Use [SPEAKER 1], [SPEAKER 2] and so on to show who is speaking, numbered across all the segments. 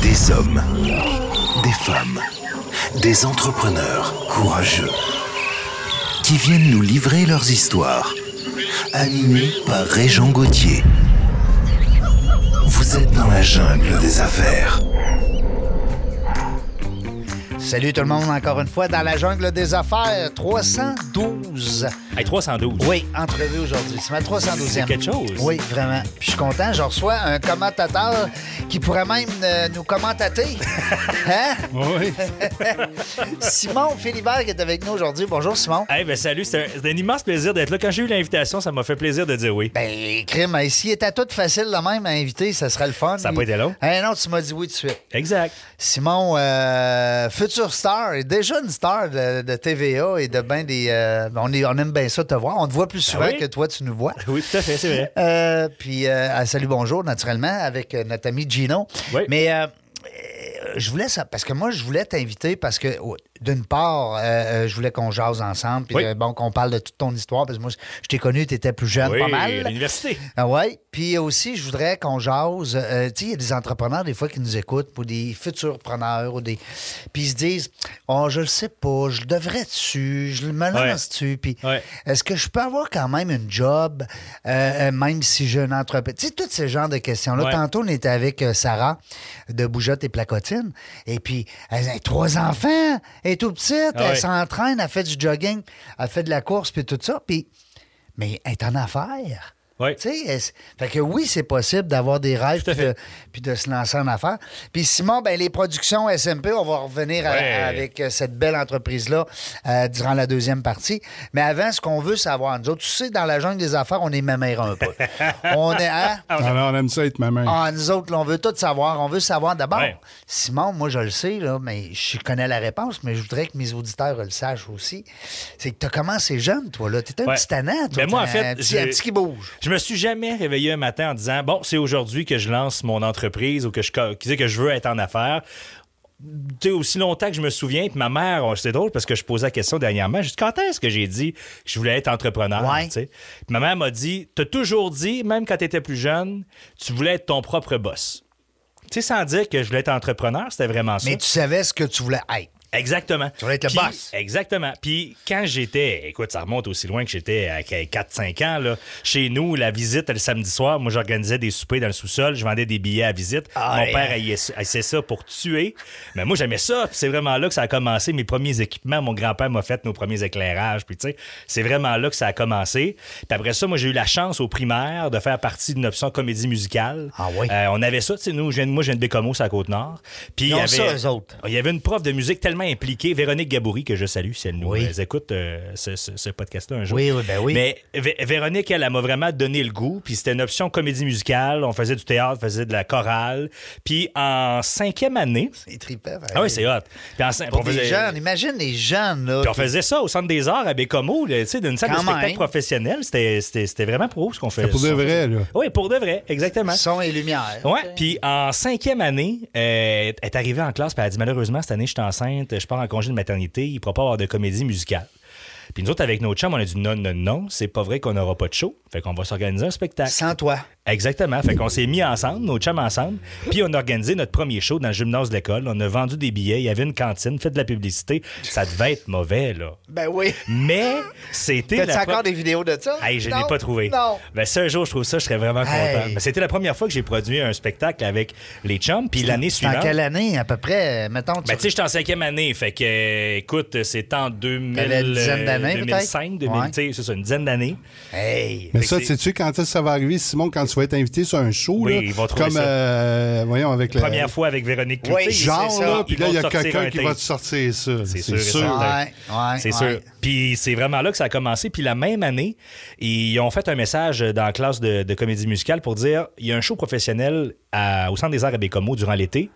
[SPEAKER 1] Des hommes, des femmes, des entrepreneurs courageux qui viennent nous livrer leurs histoires, animés par Régent Gauthier. Vous êtes dans la jungle des affaires.
[SPEAKER 2] Salut tout le monde, encore une fois, dans la jungle des affaires, 312.
[SPEAKER 3] Hey, 312.
[SPEAKER 2] Oui, entrevue aujourd'hui. C'est ma 312e.
[SPEAKER 3] C'est quelque chose.
[SPEAKER 2] Oui, vraiment. Puis je suis content, je reçois un commentateur qui pourrait même euh, nous commentater. hein?
[SPEAKER 4] Oui.
[SPEAKER 2] Simon Philibert qui est avec nous aujourd'hui. Bonjour Simon.
[SPEAKER 3] Hey, ben salut, c'est un, c'est un immense plaisir d'être là. Quand j'ai eu l'invitation, ça m'a fait plaisir de dire oui.
[SPEAKER 2] Ben, crime, ici était tout facile de même à inviter, ça serait le fun.
[SPEAKER 3] Ça a pas été long.
[SPEAKER 2] Eh non, tu m'as dit oui tout de suite.
[SPEAKER 3] Exact.
[SPEAKER 2] Simon, euh, futur star, et déjà une star de, de TVA et de ben des. euh, on, est- on aime bien ça te voir. On te voit plus souvent
[SPEAKER 3] Ben oui.
[SPEAKER 2] que toi, tu nous vois.
[SPEAKER 3] Oui, tout à fait, c'est vrai.
[SPEAKER 2] Euh, puis, euh, à salut, bonjour, naturellement, avec euh, notre ami Gino.
[SPEAKER 3] Oui.
[SPEAKER 2] Mais euh, euh, je voulais ça, parce que moi, je voulais t'inviter parce que, oh, d'une part, euh, euh, je voulais qu'on jase ensemble, puis
[SPEAKER 3] Oui.
[SPEAKER 2] euh, bon, qu'on parle de toute ton histoire, parce que moi, je t'ai connu, tu étais plus jeune,
[SPEAKER 3] oui,
[SPEAKER 2] pas
[SPEAKER 3] à
[SPEAKER 2] mal.
[SPEAKER 3] l'université.
[SPEAKER 2] Ah ouais. Puis aussi, je voudrais qu'on jase. euh, tu sais, il y a des entrepreneurs, des fois, qui nous écoutent, ou des futurs preneurs, ou des. Puis ils se disent Oh, je le sais pas, je devrais-tu, je me lance-tu. Puis
[SPEAKER 3] Ouais.
[SPEAKER 2] est-ce que je peux avoir quand même une job, euh, euh, même si j'ai une entreprise Tu sais, tous ces genres de questions-là.
[SPEAKER 3] Ouais.
[SPEAKER 2] Tantôt, on était avec euh, Sarah de Bougeotte et Placotine. Et puis, elle a trois enfants, elle est tout petite,
[SPEAKER 3] Ah
[SPEAKER 2] elle
[SPEAKER 3] ouais.
[SPEAKER 2] s'entraîne, elle fait du jogging, elle fait de la course, puis tout ça. Puis, mais elle est en affaires.
[SPEAKER 3] Oui.
[SPEAKER 2] Tu sais, elle s- fait que oui, c'est possible d'avoir des rêves
[SPEAKER 3] Tout à
[SPEAKER 2] puis de, puis de se lancer en affaires. Puis Simon, ben, les productions SMP, on va revenir à-
[SPEAKER 3] Ouais.
[SPEAKER 2] avec euh, cette belle entreprise-là euh, durant la deuxième partie. Mais avant, ce qu'on veut savoir, nous autres, tu sais, dans la jungle des affaires, on est mamère un peu. on est... hein?
[SPEAKER 3] Ah,
[SPEAKER 4] Alors, on aime ça être ma main.
[SPEAKER 2] Ah, nous autres, là, on veut tout savoir. On veut savoir d'abord.
[SPEAKER 3] Ouais.
[SPEAKER 2] Simon, moi, je le sais, là, mais je connais la réponse, mais je voudrais que mes auditeurs le sachent aussi. C'est que tu as commencé jeune, toi. Tu étais un
[SPEAKER 3] Ouais.
[SPEAKER 2] petit tannant, toi.
[SPEAKER 3] Ben, moi, en
[SPEAKER 2] t'es
[SPEAKER 3] fait,
[SPEAKER 2] un petit,
[SPEAKER 3] j'ai-
[SPEAKER 2] un petit qui bouge.
[SPEAKER 3] Je me suis jamais réveillé un matin en disant bon, c'est aujourd'hui que je lance mon entreprise ou que je co- que que je veux être en affaires. Tu sais, aussi longtemps que je me souviens, puis ma mère, on- c'est drôle parce que je posais la question dernièrement, je dis quand est-ce que j'ai dit que je voulais être entrepreneur,
[SPEAKER 2] Ouais.
[SPEAKER 3] tu sais? Puis ma mère m'a dit t'as toujours dit même quand tu étais plus jeune, tu voulais être ton propre boss. Tu sais, sans dire que je voulais être entrepreneur, c'était vraiment ça.
[SPEAKER 2] Mais tu savais ce que tu voulais être.
[SPEAKER 3] Exactement.
[SPEAKER 2] Tu voulais être le
[SPEAKER 3] Puis-
[SPEAKER 2] boss.
[SPEAKER 3] Exactement. Puis quand j'étais, écoute, ça remonte aussi loin que j'étais à 4-5 ans, là, chez nous, la visite le samedi soir, moi j'organisais des soupers dans le sous-sol, je vendais des billets à visite.
[SPEAKER 2] Ah,
[SPEAKER 3] Mon
[SPEAKER 2] ouais.
[SPEAKER 3] père haïssait ça- haïssait ça pour tuer. Mais moi j'aimais ça. Puis c'est vraiment là que ça a commencé. Mes premiers équipements, mon grand-père m'a fait nos premiers éclairages. Puis tu sais, c'est vraiment là que ça a commencé. Puis après ça, moi j'ai eu la chance au primaire de faire partie d'une option comédie musicale.
[SPEAKER 2] Ah, ouais.
[SPEAKER 3] Euh, on avait ça, tu sais, nous, je viens de- moi je viens de Bécomo, c'est à Côte-Nord. Puis
[SPEAKER 2] Ils
[SPEAKER 3] il y
[SPEAKER 2] ont
[SPEAKER 3] avait,
[SPEAKER 2] ça, eux autres.
[SPEAKER 3] Ah, il y avait une prof de musique tellement impliquée, Véronique Gaboury, que je salue si elle nous
[SPEAKER 2] Oui.
[SPEAKER 3] euh, écoute euh, ce, ce- ce podcast-là un jour.
[SPEAKER 2] Oui, oui, ben oui.
[SPEAKER 3] Mais Vé- Véronique, elle, elle m'a vraiment donné le goût. Puis c'était une option comédie musicale. On faisait du théâtre, on faisait de la chorale. Puis en cinquième année.
[SPEAKER 2] Il tripait.
[SPEAKER 3] Ah oui, c'est hot. Puis en cin-
[SPEAKER 2] Pour
[SPEAKER 3] on
[SPEAKER 2] des
[SPEAKER 3] faisait-
[SPEAKER 2] ben, jeunes, imagine les jeunes, là.
[SPEAKER 3] puis on faisait ça au Centre des Arts à Bécomo, là, tu sais, d'une salle de
[SPEAKER 2] Quand
[SPEAKER 3] spectacle
[SPEAKER 2] même.
[SPEAKER 3] professionnel. C'était c'était- c'était vraiment pro ce qu'on faisait.
[SPEAKER 4] C'est pour de vrai, là.
[SPEAKER 3] Oui, pour de vrai, exactement.
[SPEAKER 2] Son et lumière.
[SPEAKER 3] Ouais, puis en cinquième année, euh, elle est arrivée en classe, puis elle a dit malheureusement, cette année, je suis enceinte, je pars en congé de maternité, il ne pourra pas avoir de comédie musicale. Puis nous autres, avec nos chums, on a dit non, non, non, c'est pas vrai qu'on n'aura pas de show. Fait qu'on va s'organiser un spectacle.
[SPEAKER 2] Sans toi.
[SPEAKER 3] Exactement. Fait qu'on s'est mis ensemble, nos chums ensemble, puis on a organisé notre premier show dans le gymnase de l'école. On a vendu des billets, il y avait une cantine, fait de la publicité. Ça devait être mauvais, là.
[SPEAKER 2] Ben oui.
[SPEAKER 3] Mais c'était.
[SPEAKER 2] T'as-tu
[SPEAKER 3] la
[SPEAKER 2] encore
[SPEAKER 3] pro-
[SPEAKER 2] des vidéos de ça?
[SPEAKER 3] Hey, je
[SPEAKER 2] Non,
[SPEAKER 3] n'ai pas trouvé.
[SPEAKER 2] Non.
[SPEAKER 3] Ben, si un jour je trouve ça, je serais vraiment content.
[SPEAKER 2] Hey.
[SPEAKER 3] Mais c'était la première fois que j'ai produit un spectacle avec les chums. Puis l'année
[SPEAKER 2] C'est en
[SPEAKER 3] suivante.
[SPEAKER 2] quelle année, à peu près? Mettons, tu-
[SPEAKER 3] Ben, tu sais, j'étais en cinquième année. Fait que, euh, écoute, c'est en 2000.
[SPEAKER 2] T'avais une dizaine
[SPEAKER 3] euh,
[SPEAKER 2] d'années, peut-être?
[SPEAKER 3] 2005, 2000,
[SPEAKER 2] Ouais.
[SPEAKER 3] tu sais, c'est ça, une dizaine d'années.
[SPEAKER 2] Hey.
[SPEAKER 4] Mais
[SPEAKER 3] Fait
[SPEAKER 4] ça,
[SPEAKER 3] que c'est-
[SPEAKER 4] sais-tu quand est-ce que ça va arriver, Simon, quand tu vas être invité sur un show?
[SPEAKER 3] Oui,
[SPEAKER 4] là,
[SPEAKER 3] ils vont trouver
[SPEAKER 4] Comme,
[SPEAKER 3] ça.
[SPEAKER 4] euh, voyons, avec la...
[SPEAKER 3] Première fois avec Véronique
[SPEAKER 2] Oui,
[SPEAKER 3] Cloutier.
[SPEAKER 2] c'est
[SPEAKER 4] Genre,
[SPEAKER 2] ça.
[SPEAKER 4] là, puis
[SPEAKER 3] Ils
[SPEAKER 4] là, il y
[SPEAKER 3] vont
[SPEAKER 4] a
[SPEAKER 3] te sortir
[SPEAKER 4] quelqu'un
[SPEAKER 3] un
[SPEAKER 4] qui
[SPEAKER 3] tape.
[SPEAKER 4] va te sortir ça.
[SPEAKER 3] C'est sûr et certain.
[SPEAKER 2] Ouais, ouais,
[SPEAKER 3] C'est
[SPEAKER 2] ouais.
[SPEAKER 3] sûr. Puis c'est vraiment là que ça a commencé. Puis la même année, ils ont fait un message dans la classe de, de comédie musicale pour dire il y a un show professionnel à- au Centre des Arts à Bécomo durant l'été.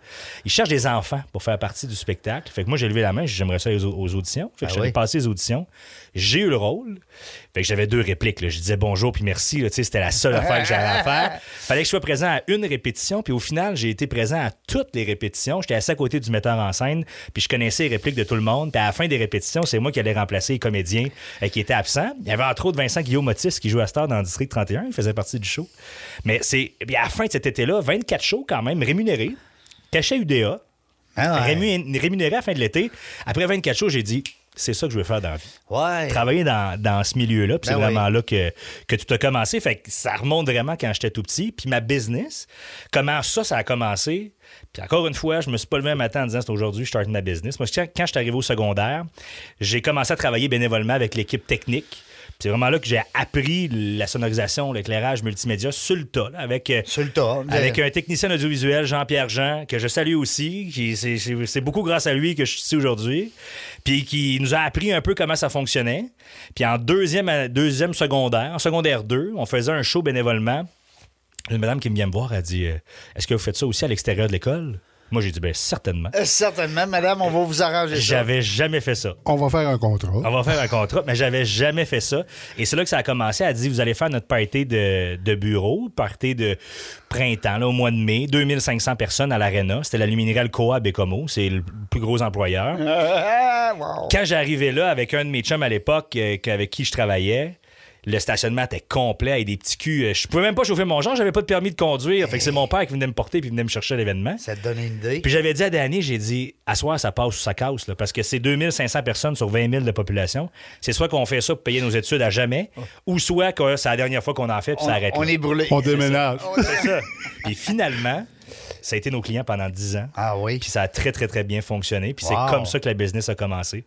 [SPEAKER 3] Ils cherchent des enfants pour faire partie du spectacle. Fait que moi, j'ai levé la main, j'ai dit, j'aimerais ça aux, aux auditions. Fait que
[SPEAKER 2] Ah
[SPEAKER 3] je suis allé
[SPEAKER 2] oui.
[SPEAKER 3] passer les auditions. J'ai eu le rôle. Fait que j'avais deux répliques. là. Je disais bonjour puis merci. là. Tu sais, C'était la seule affaire que j'avais à affaires. Fallait que je sois présent à une répétition. Puis au final, j'ai été présent à toutes les répétitions. J'étais assis à côté du metteur en scène. Puis je connaissais les répliques de tout le monde. Puis à la fin des répétitions, c'est moi qui allais remplacer les comédiens euh, qui étaient absents. Il y avait entre autres Vincent Guillaume Otis qui jouait à Star dans le District 31. Il faisait partie du show. Mais c'est. puis à la fin de cet été-là, 24 shows quand même, rémunérés. Cachet UDA.
[SPEAKER 2] Ah ouais.
[SPEAKER 3] Rému- rémunéré à la fin de l'été. Après 24 jours, j'ai dit, c'est ça que je veux faire dans la vie.
[SPEAKER 2] Ouais.
[SPEAKER 3] Travailler dans, dans ce milieu-là, puis
[SPEAKER 2] Eh. Ben
[SPEAKER 3] c'est vraiment
[SPEAKER 2] ouais.
[SPEAKER 3] là que, que tout a commencé. Fait que ça remonte vraiment quand j'étais tout petit. Puis ma business, comment ça, ça a commencé. Puis encore une fois, je me suis pas levé un matin en disant, c'est aujourd'hui, je start ma business. Moi, quand quand je suis arrivé au secondaire, j'ai commencé à travailler bénévolement avec l'équipe technique. Puis C'est vraiment là que j'ai appris la sonorisation, l'éclairage multimédia sur le tas, là, avec, euh,
[SPEAKER 2] Sur le tas.
[SPEAKER 3] avec un technicien audiovisuel, Jean-Pierre Jean, que je salue aussi. qui- c'est- C'est c'est beaucoup grâce à lui que je suis ici aujourd'hui. Puis qui nous a appris un peu comment ça fonctionnait. Puis en deuxième, deuxième secondaire, en secondaire 2, on faisait un show bénévolement. Une madame qui me vient me voir a dit euh, Est-ce que vous faites ça aussi à l'extérieur de l'école Moi, j'ai dit Bien, certainement.
[SPEAKER 2] Euh, Certainement, madame, on va vous arranger ça.
[SPEAKER 3] J'avais jamais fait ça.
[SPEAKER 4] On va faire un contrat.
[SPEAKER 3] On va faire un contrat, mais j'avais jamais fait ça. Et c'est là que ça a commencé. Elle a dit Vous allez faire notre party de, de bureau, party de printemps, là, au mois de mai. 2500 personnes à l'Arena. C'était la Luminérale Coa Bécomo. C'est le plus gros employeur.
[SPEAKER 2] Ah, wow.
[SPEAKER 3] Quand j'arrivais là avec un de mes chums à l'époque, euh, que- avec qui je travaillais, le stationnement était complet avec des petits culs. Euh, Je pouvais même pas chauffer mon genre, j'avais pas de permis de conduire. Fait que c'est mon père qui venait me porter puis venait me chercher à l'événement.
[SPEAKER 2] Ça te donne une idée.
[SPEAKER 3] Puis j'avais dit à Danny, j'ai dit, à soir, ça passe ou ça casse, là, parce que c'est 2500 personnes sur 20 000 de population. C'est soit qu'on fait ça pour payer nos études à jamais, ou soit que c'est la dernière fois qu'on en fait, puis
[SPEAKER 2] on,
[SPEAKER 3] ça arrête.
[SPEAKER 2] on
[SPEAKER 3] là.
[SPEAKER 2] est brûlé.
[SPEAKER 4] On déménage.
[SPEAKER 3] C'est ça. Puis finalement, ça a été nos clients pendant 10 ans.
[SPEAKER 2] Ah oui.
[SPEAKER 3] Puis ça a très, très, très bien fonctionné. Puis
[SPEAKER 2] Wow.
[SPEAKER 3] c'est comme ça que la business a commencé.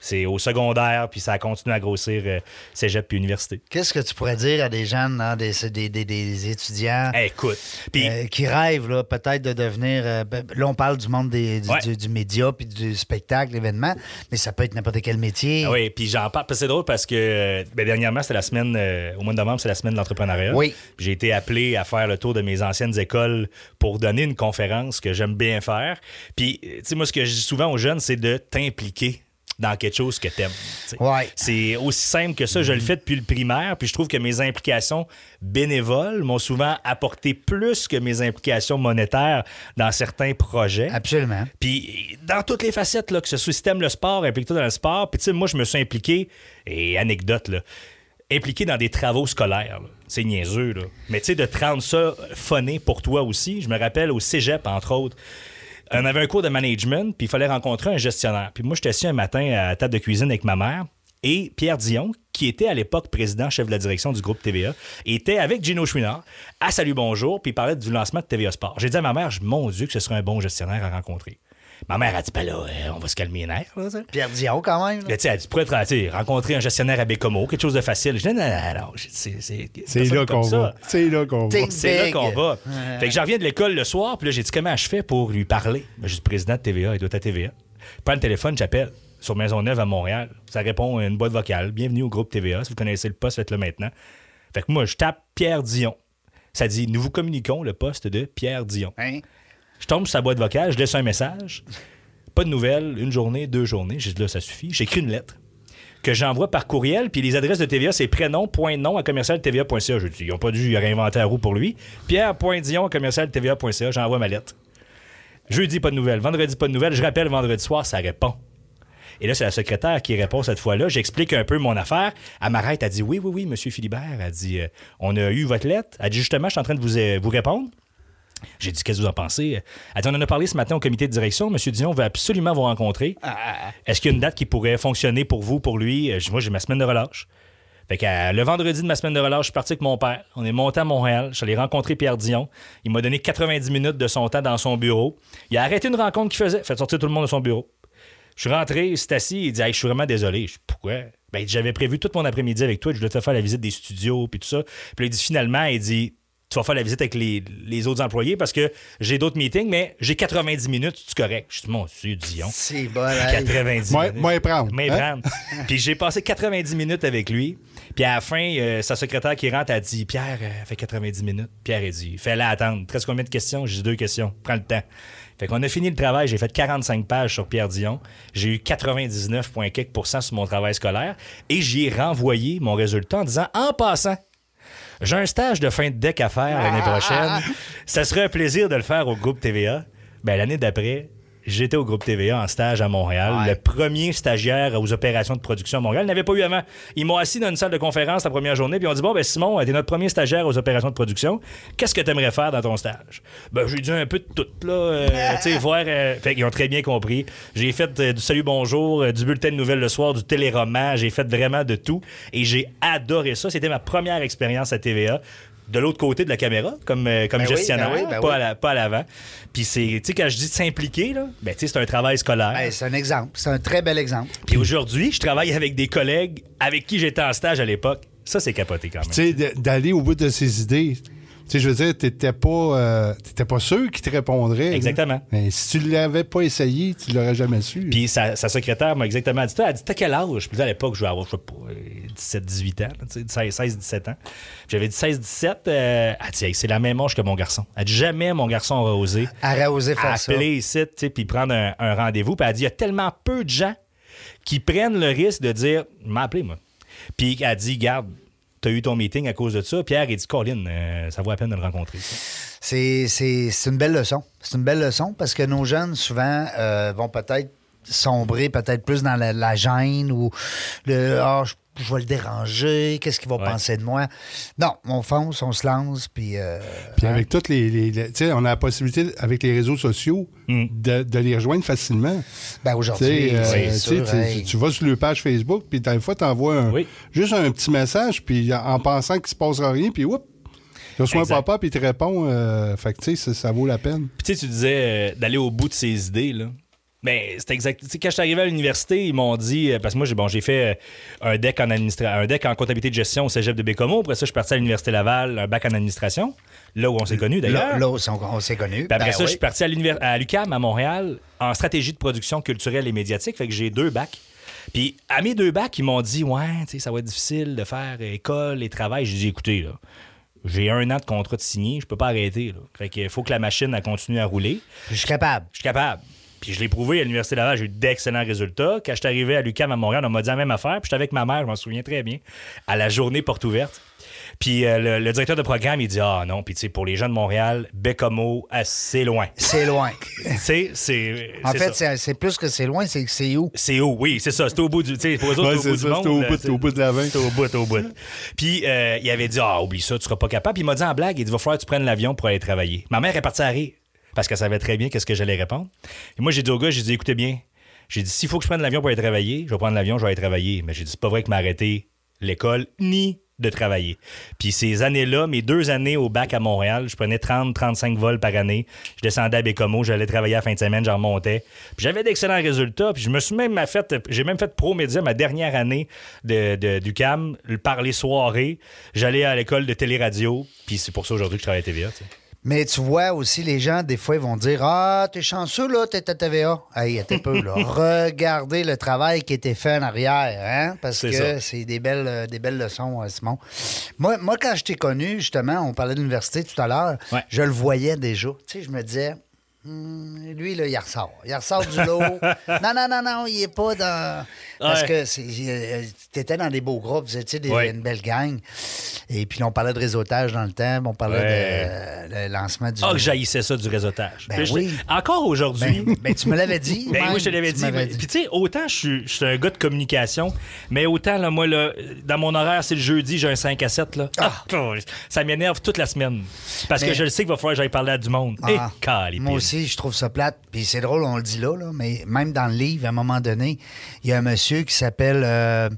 [SPEAKER 3] C'est au secondaire, puis ça a continué à grossir euh, cégep puis université.
[SPEAKER 2] Qu'est-ce que tu pourrais dire à des jeunes, hein, des, des- des- des étudiants
[SPEAKER 3] Eh, écoute. Puis
[SPEAKER 2] euh, qui rêvent là, peut-être de devenir. euh, ben, là, on parle du monde des- du,
[SPEAKER 3] Ouais.
[SPEAKER 2] du- du média, puis du spectacle, l'événement, mais ça peut être n'importe quel métier.
[SPEAKER 3] Ah oui, puis j'en parle. parce que C'est drôle parce que euh, ben, dernièrement, c'était la semaine, euh, au mois de novembre, c'est la semaine de l'entrepreneuriat.
[SPEAKER 2] Oui.
[SPEAKER 3] Puis J'ai été appelé à faire le tour de mes anciennes écoles pour donner une conférence que j'aime bien faire. Puis, euh, tu sais, moi, ce que je dis souvent aux jeunes, c'est de t'impliquer dans quelque chose que t'aimes. tu sais.
[SPEAKER 2] Ouais.
[SPEAKER 3] C'est aussi simple que ça. Je le fais depuis le primaire, puis je trouve que mes implications bénévoles m'ont souvent apporté plus que mes implications monétaires dans certains projets.
[SPEAKER 2] Absolument.
[SPEAKER 3] Puis dans toutes les facettes, là, que ce soit système, le sport, implique-toi dans le sport. Puis tu sais, moi, je me suis impliqué, et anecdote, là, impliqué dans des travaux scolaires. là. C'est niaiseux, là. Mais tu sais, de te rendre ça phoné pour toi aussi. Je me rappelle au cégep, entre autres. On avait un cours de management, puis il fallait rencontrer un gestionnaire. Puis moi, j'étais assis un matin à la table de cuisine avec ma mère. Et Pierre Dion, qui était à l'époque président, chef de la direction du groupe TVA, était avec Gino Chouinard à Salut Bonjour, puis il parlait du lancement de TVA Sport. J'ai dit à ma mère, mon Dieu, que ce serait un bon gestionnaire à rencontrer. Ma mère a dit, ben là, euh, on va se calmer les nerfs. Là, ça.
[SPEAKER 2] Pierre Dion, quand même. là.
[SPEAKER 3] Là, tu sais, elle dit, pourrais rencontrer un gestionnaire à Bécomo, quelque chose de facile. Je dis, non, non, non, non, j'ai dit, c'est- c'est
[SPEAKER 4] C'est
[SPEAKER 3] personne
[SPEAKER 4] là
[SPEAKER 3] comme
[SPEAKER 4] qu'on
[SPEAKER 3] ça.
[SPEAKER 4] va. C'est là qu'on va.
[SPEAKER 2] T'es-
[SPEAKER 3] C'est là
[SPEAKER 2] Big.
[SPEAKER 3] qu'on va.
[SPEAKER 2] Ouais.
[SPEAKER 3] Fait que je reviens de l'école le soir, puis là, j'ai dit comment je fais pour lui parler. Ben, je suis président de TVA, il doit être à TVA. Je prends le téléphone, j'appelle sur Maisonneuve à Montréal. Ça répond à une boîte vocale. Bienvenue au groupe TVA. Si vous connaissez le poste, faites-le maintenant. Fait que moi, je tape Pierre Dion. Ça dit Nous vous communiquons le poste de Pierre Dion.
[SPEAKER 2] Hein?
[SPEAKER 3] Je tombe sur sa boîte vocale, je laisse un message. Pas de nouvelles, une journée, deux journées. J'ai dit là, ça suffit. J'écris une lettre que j'envoie par courriel, puis les adresses de TVA, c'est prénom, point nom à commercial TVA.ca. Je dis, ils n'ont pas dû réinventer la roue pour lui. Pierre, point Dion, commercial TVA.ca, j'envoie ma lettre. Jeudi, pas de nouvelles. Vendredi, pas de nouvelles. Je rappelle vendredi soir, ça répond. Et là, c'est la secrétaire qui répond cette fois-là. J'explique un peu mon affaire. Elle m'arrête. Elle dit Oui, oui, oui, monsieur Philibert. Elle dit euh, On a eu votre lettre. Elle dit Justement, je suis en train de vous, euh, vous répondre. J'ai dit Qu'est-ce que vous en pensez Elle dit On en a parlé ce matin au comité de direction. Monsieur Dion veut absolument vous rencontrer. Est-ce qu'il y a une date qui pourrait fonctionner pour vous, pour lui Euh, je- Moi, j'ai ma semaine de relâche. Fait que euh, le vendredi de ma semaine de relâche, je suis parti avec mon père. On est monté à Montréal. Je suis allé rencontrer Pierre Dion. Il m'a donné 90 minutes de son temps dans son bureau. Il a arrêté une rencontre qu'il faisait. Fait sortir tout le monde de son bureau. Je suis rentré, il s'est assis, il dit Hey, Je suis vraiment désolé. Je dis, Pourquoi ben, il dit, J'avais prévu tout mon après-midi avec toi, je voulais te faire la visite des studios, puis tout ça. Puis là, il dit Finalement, il dit Tu vas faire la visite avec les, les autres employés parce que j'ai d'autres meetings, mais j'ai 90 minutes, tu correct. Je dis Mon Dieu, Dion.
[SPEAKER 2] C'est bon. hey.
[SPEAKER 3] 90
[SPEAKER 4] Moi-
[SPEAKER 3] minutes.
[SPEAKER 4] moi, prendre,
[SPEAKER 3] Moi,
[SPEAKER 4] hein?
[SPEAKER 3] prendre. Puis j'ai passé 90 minutes avec lui. Puis à la fin, euh, sa secrétaire qui rentre a dit Pierre, euh, fait 90 minutes. Pierre a dit Fais-la attendre. 13 combien de questions J'ai dit deux questions. Prends le temps. Fait qu'on a fini le travail. J'ai fait 45 pages sur Pierre Dion. J'ai eu 99,4 sur mon travail scolaire. Et j'y ai renvoyé mon résultat en disant En passant, J'ai un stage de fin de deck à faire l'année prochaine. Ça serait un plaisir de le faire au groupe TVA. Ben, l'année d'après, j'étais au groupe TVA en stage à Montréal.
[SPEAKER 2] Ouais.
[SPEAKER 3] Le premier stagiaire aux opérations de production à Montréal. Ils n'avaient pas eu avant. Ils m'ont assis dans une salle de conférence la première journée, puis on dit Bon, ben, Simon, t'es notre premier stagiaire aux opérations de production. Qu'est-ce que t'aimerais faire dans ton stage Ben, j'ai dit un peu de tout, là. euh, tu sais, voir. euh, Fait qu'ils ont très bien compris. J'ai fait euh, du salut bonjour, euh, du bulletin de nouvelles le soir, du téléroman. J'ai fait vraiment de tout. Et j'ai adoré ça. C'était ma première expérience à TVA. De l'autre côté de la caméra, comme, euh, comme
[SPEAKER 2] Ben oui,
[SPEAKER 3] gestionnaire,
[SPEAKER 2] ben oui, ben
[SPEAKER 3] pas,
[SPEAKER 2] oui.
[SPEAKER 3] à la- pas à l'avant. Puis c'est, tu sais, quand je dis de s'impliquer, là, ben, tu sais, c'est un travail scolaire.
[SPEAKER 2] Ben, c'est un exemple. C'est un très bel exemple.
[SPEAKER 3] Puis aujourd'hui, je travaille avec des collègues avec qui j'étais en stage à l'époque. Ça, c'est capoté quand même.
[SPEAKER 4] Tu sais, de- d'aller au bout de ses idées. Tu sais, je veux dire, t'étais pas, euh, t'étais pas sûr qu'il te répondrait. là.
[SPEAKER 3] Exactement.
[SPEAKER 4] Mais si tu l'avais pas essayé, tu l'aurais jamais su.
[SPEAKER 3] Puis sa, sa secrétaire m'a exactement dit ça. Elle a dit T'as quel âge Puis là, à l'époque, je vais avoir, je sais pas, euh, 17, 18 ans, là, tu sais, 16, 16, 17 ans. Puis J'avais dit 16, 17. Euh, elle dit Hey, C'est la même âge que mon garçon. Elle dit Jamais mon garçon aura osé
[SPEAKER 2] Arrête oser faire ça.
[SPEAKER 3] appeler ici, tu sais, puis prendre un, un rendez-vous. Puis elle dit Il y a tellement peu de gens qui prennent le risque de dire M'appeler, moi. Puis elle dit Garde, t'as eu ton meeting à cause de ça. Pierre, il dit Colin, euh, ça vaut la peine de le rencontrer. ça.
[SPEAKER 2] C'est, c'est- c'est une belle leçon. C'est une belle leçon parce que nos jeunes, souvent, euh, vont peut-être sombrer peut-être plus dans la, la gêne ou le Ah, je, je vais le déranger, qu'est-ce qu'il va
[SPEAKER 3] Ouais.
[SPEAKER 2] penser de moi. Non, on fonce, on se lance, puis. euh,
[SPEAKER 3] hein?
[SPEAKER 4] Puis avec toutes les. les- les- tu sais, on a la possibilité, avec les réseaux sociaux,
[SPEAKER 3] Hmm.
[SPEAKER 4] de, de les rejoindre facilement.
[SPEAKER 2] ben,
[SPEAKER 4] Tu sais,
[SPEAKER 2] aujourd'hui,
[SPEAKER 4] euh,
[SPEAKER 2] c'est
[SPEAKER 4] tu sais,
[SPEAKER 2] sûr, hein.
[SPEAKER 4] tu-
[SPEAKER 2] hey.
[SPEAKER 4] tu vas sur leur page Facebook, puis des fois, tu envoies un,
[SPEAKER 3] Oui.
[SPEAKER 4] juste un petit message, puis en- en pensant qu'il se passera rien, puis oups, tu reçois un
[SPEAKER 3] Exact.
[SPEAKER 4] papa, puis il te répond. euh, fait que, tu sais, ça, ça vaut la peine.
[SPEAKER 3] Puis tu sais, tu disais euh, d'aller au bout de ses idées, là. Mais c'est exact. Tu sais, quand je suis arrivé à l'université, ils m'ont dit, euh, parce que moi, j'ai bon, j'ai fait euh, un deck en administra- un deck en comptabilité de gestion au Cégep de Bécomo. Après ça, je suis parti à l'Université Laval, un bac en administration, là où on s'est connus
[SPEAKER 2] Là,
[SPEAKER 3] d'ailleurs.
[SPEAKER 2] là, on s'est- on s'est connus.
[SPEAKER 3] Puis après
[SPEAKER 2] Ben
[SPEAKER 3] ça,
[SPEAKER 2] oui.
[SPEAKER 3] je suis parti à l'univers- à l'UCAM à Montréal en stratégie de production culturelle et médiatique. Fait que j'ai deux bacs. Puis à mes deux bacs, ils m'ont dit Ouais, tu sais, ça va être difficile de faire euh, école et travail. J'ai dit Écoutez, là, j'ai un an de contrat de signé, je peux pas arrêter. Là. Fait qu'il faut que la machine elle continue à rouler.
[SPEAKER 2] Je suis capable.
[SPEAKER 3] Je suis capable. Puis je l'ai prouvé à l'Université Laval, j'ai eu d'excellents résultats. Quand je suis arrivé à l'UCAM à Montréal, on m'a dit la même affaire. Puis j'étais avec ma mère, je m'en souviens très bien, à la journée porte ouverte. Puis euh, le, le directeur de programme, il dit Ah non, puis tu sais, pour les gens de Montréal, Bécomo, assez loin.
[SPEAKER 2] C'est loin.
[SPEAKER 3] Tu sais, c'est.
[SPEAKER 2] en
[SPEAKER 3] c'est
[SPEAKER 2] fait,
[SPEAKER 3] ça.
[SPEAKER 2] c'est, c'est plus que c'est loin, c'est que c'est où?
[SPEAKER 3] C'est haut, oui, c'est ça. C'était au bout du. tu sais, Pour eux autres,
[SPEAKER 4] Ouais,
[SPEAKER 3] c'était au bout
[SPEAKER 4] c'est
[SPEAKER 3] du
[SPEAKER 4] ça,
[SPEAKER 3] monde.
[SPEAKER 4] c'était au
[SPEAKER 3] là,
[SPEAKER 4] bout-
[SPEAKER 3] tu sais.
[SPEAKER 4] au bout de la vingt.
[SPEAKER 3] C'était au bout, au bout. Puis euh, il avait dit Ah, oublie ça, tu seras pas capable. Puis il m'a dit en blague Il dit, va falloir que tu prennes l'avion pour aller travailler. Ma mère est partie à rire parce qu'elle savait très bien qu'est-ce que j'allais répondre. Et moi, j'ai dit au gars J'ai dit, écoutez bien, j'ai dit, s'il faut que je prenne l'avion pour aller travailler, je vais prendre l'avion, je vais aller travailler. Mais j'ai dit, c'est pas vrai que m'arrêter l'école ni de travailler. Puis ces années-là, mes deux années au bac à Montréal, je prenais 30-35 vols par année. Je descendais à Bécomo, j'allais travailler à la fin de semaine, j'en remontais. Puis j'avais d'excellents résultats. Puis je me suis même fait, j'ai même fait pro-média ma dernière année de, de- du CAM, le- par les soirées. J'allais à l'école de téléradio. Puis c'est pour ça aujourd'hui que je travaille à TVA. tu sais.
[SPEAKER 2] Mais tu vois aussi, les gens, des fois, ils vont dire Ah, t'es chanceux, là, t'es à TVA. Hey, attends un peu, là. Regardez le travail qui était fait en arrière, hein? Parce
[SPEAKER 3] C'est
[SPEAKER 2] que
[SPEAKER 3] ça.
[SPEAKER 2] c'est des belles, euh, des belles leçons, euh, Simon. Moi, moi, quand je t'ai connu, justement, on parlait de l'université tout à l'heure,
[SPEAKER 3] Ouais.
[SPEAKER 2] je le voyais déjà. Tu sais, je me disais. Hmm, lui, là, il ressort. Il ressort du lot. non, non, non, non, il n'est pas dans. Parce
[SPEAKER 3] Ouais.
[SPEAKER 2] que tu étais dans des beaux groupes, vous étiez des-
[SPEAKER 3] Ouais.
[SPEAKER 2] une belle gang. Et puis, là, on parlait de réseautage dans le temps, puis on parlait
[SPEAKER 3] Ouais.
[SPEAKER 2] de, euh, le lancement du.
[SPEAKER 3] Ah, que j'haïssais ça du réseautage.
[SPEAKER 2] Ben
[SPEAKER 3] Puis je-
[SPEAKER 2] oui.
[SPEAKER 3] Encore aujourd'hui.
[SPEAKER 2] Ben- ben, tu me l'avais dit.
[SPEAKER 3] Ben
[SPEAKER 2] même,
[SPEAKER 3] oui, je te l'avais
[SPEAKER 2] tu
[SPEAKER 3] dit.
[SPEAKER 2] m'avais
[SPEAKER 3] mais- Puis tu sais, autant je suis, je suis un gars de communication, mais autant, là, moi, là, dans mon horaire, c'est le jeudi, j'ai un 5 à 7. Là. Ah, ça m'énerve toute la semaine. Parce
[SPEAKER 2] Mais-
[SPEAKER 3] que je le sais qu'il va falloir que j'aille parler à du monde. Eh, Et
[SPEAKER 2] Ah,
[SPEAKER 3] calipine.
[SPEAKER 2] moi aussi, je trouve ça plate. Puis c'est drôle, on le dit là, là, mais même dans le livre, à un moment donné, il y a un monsieur qui s'appelle, euh,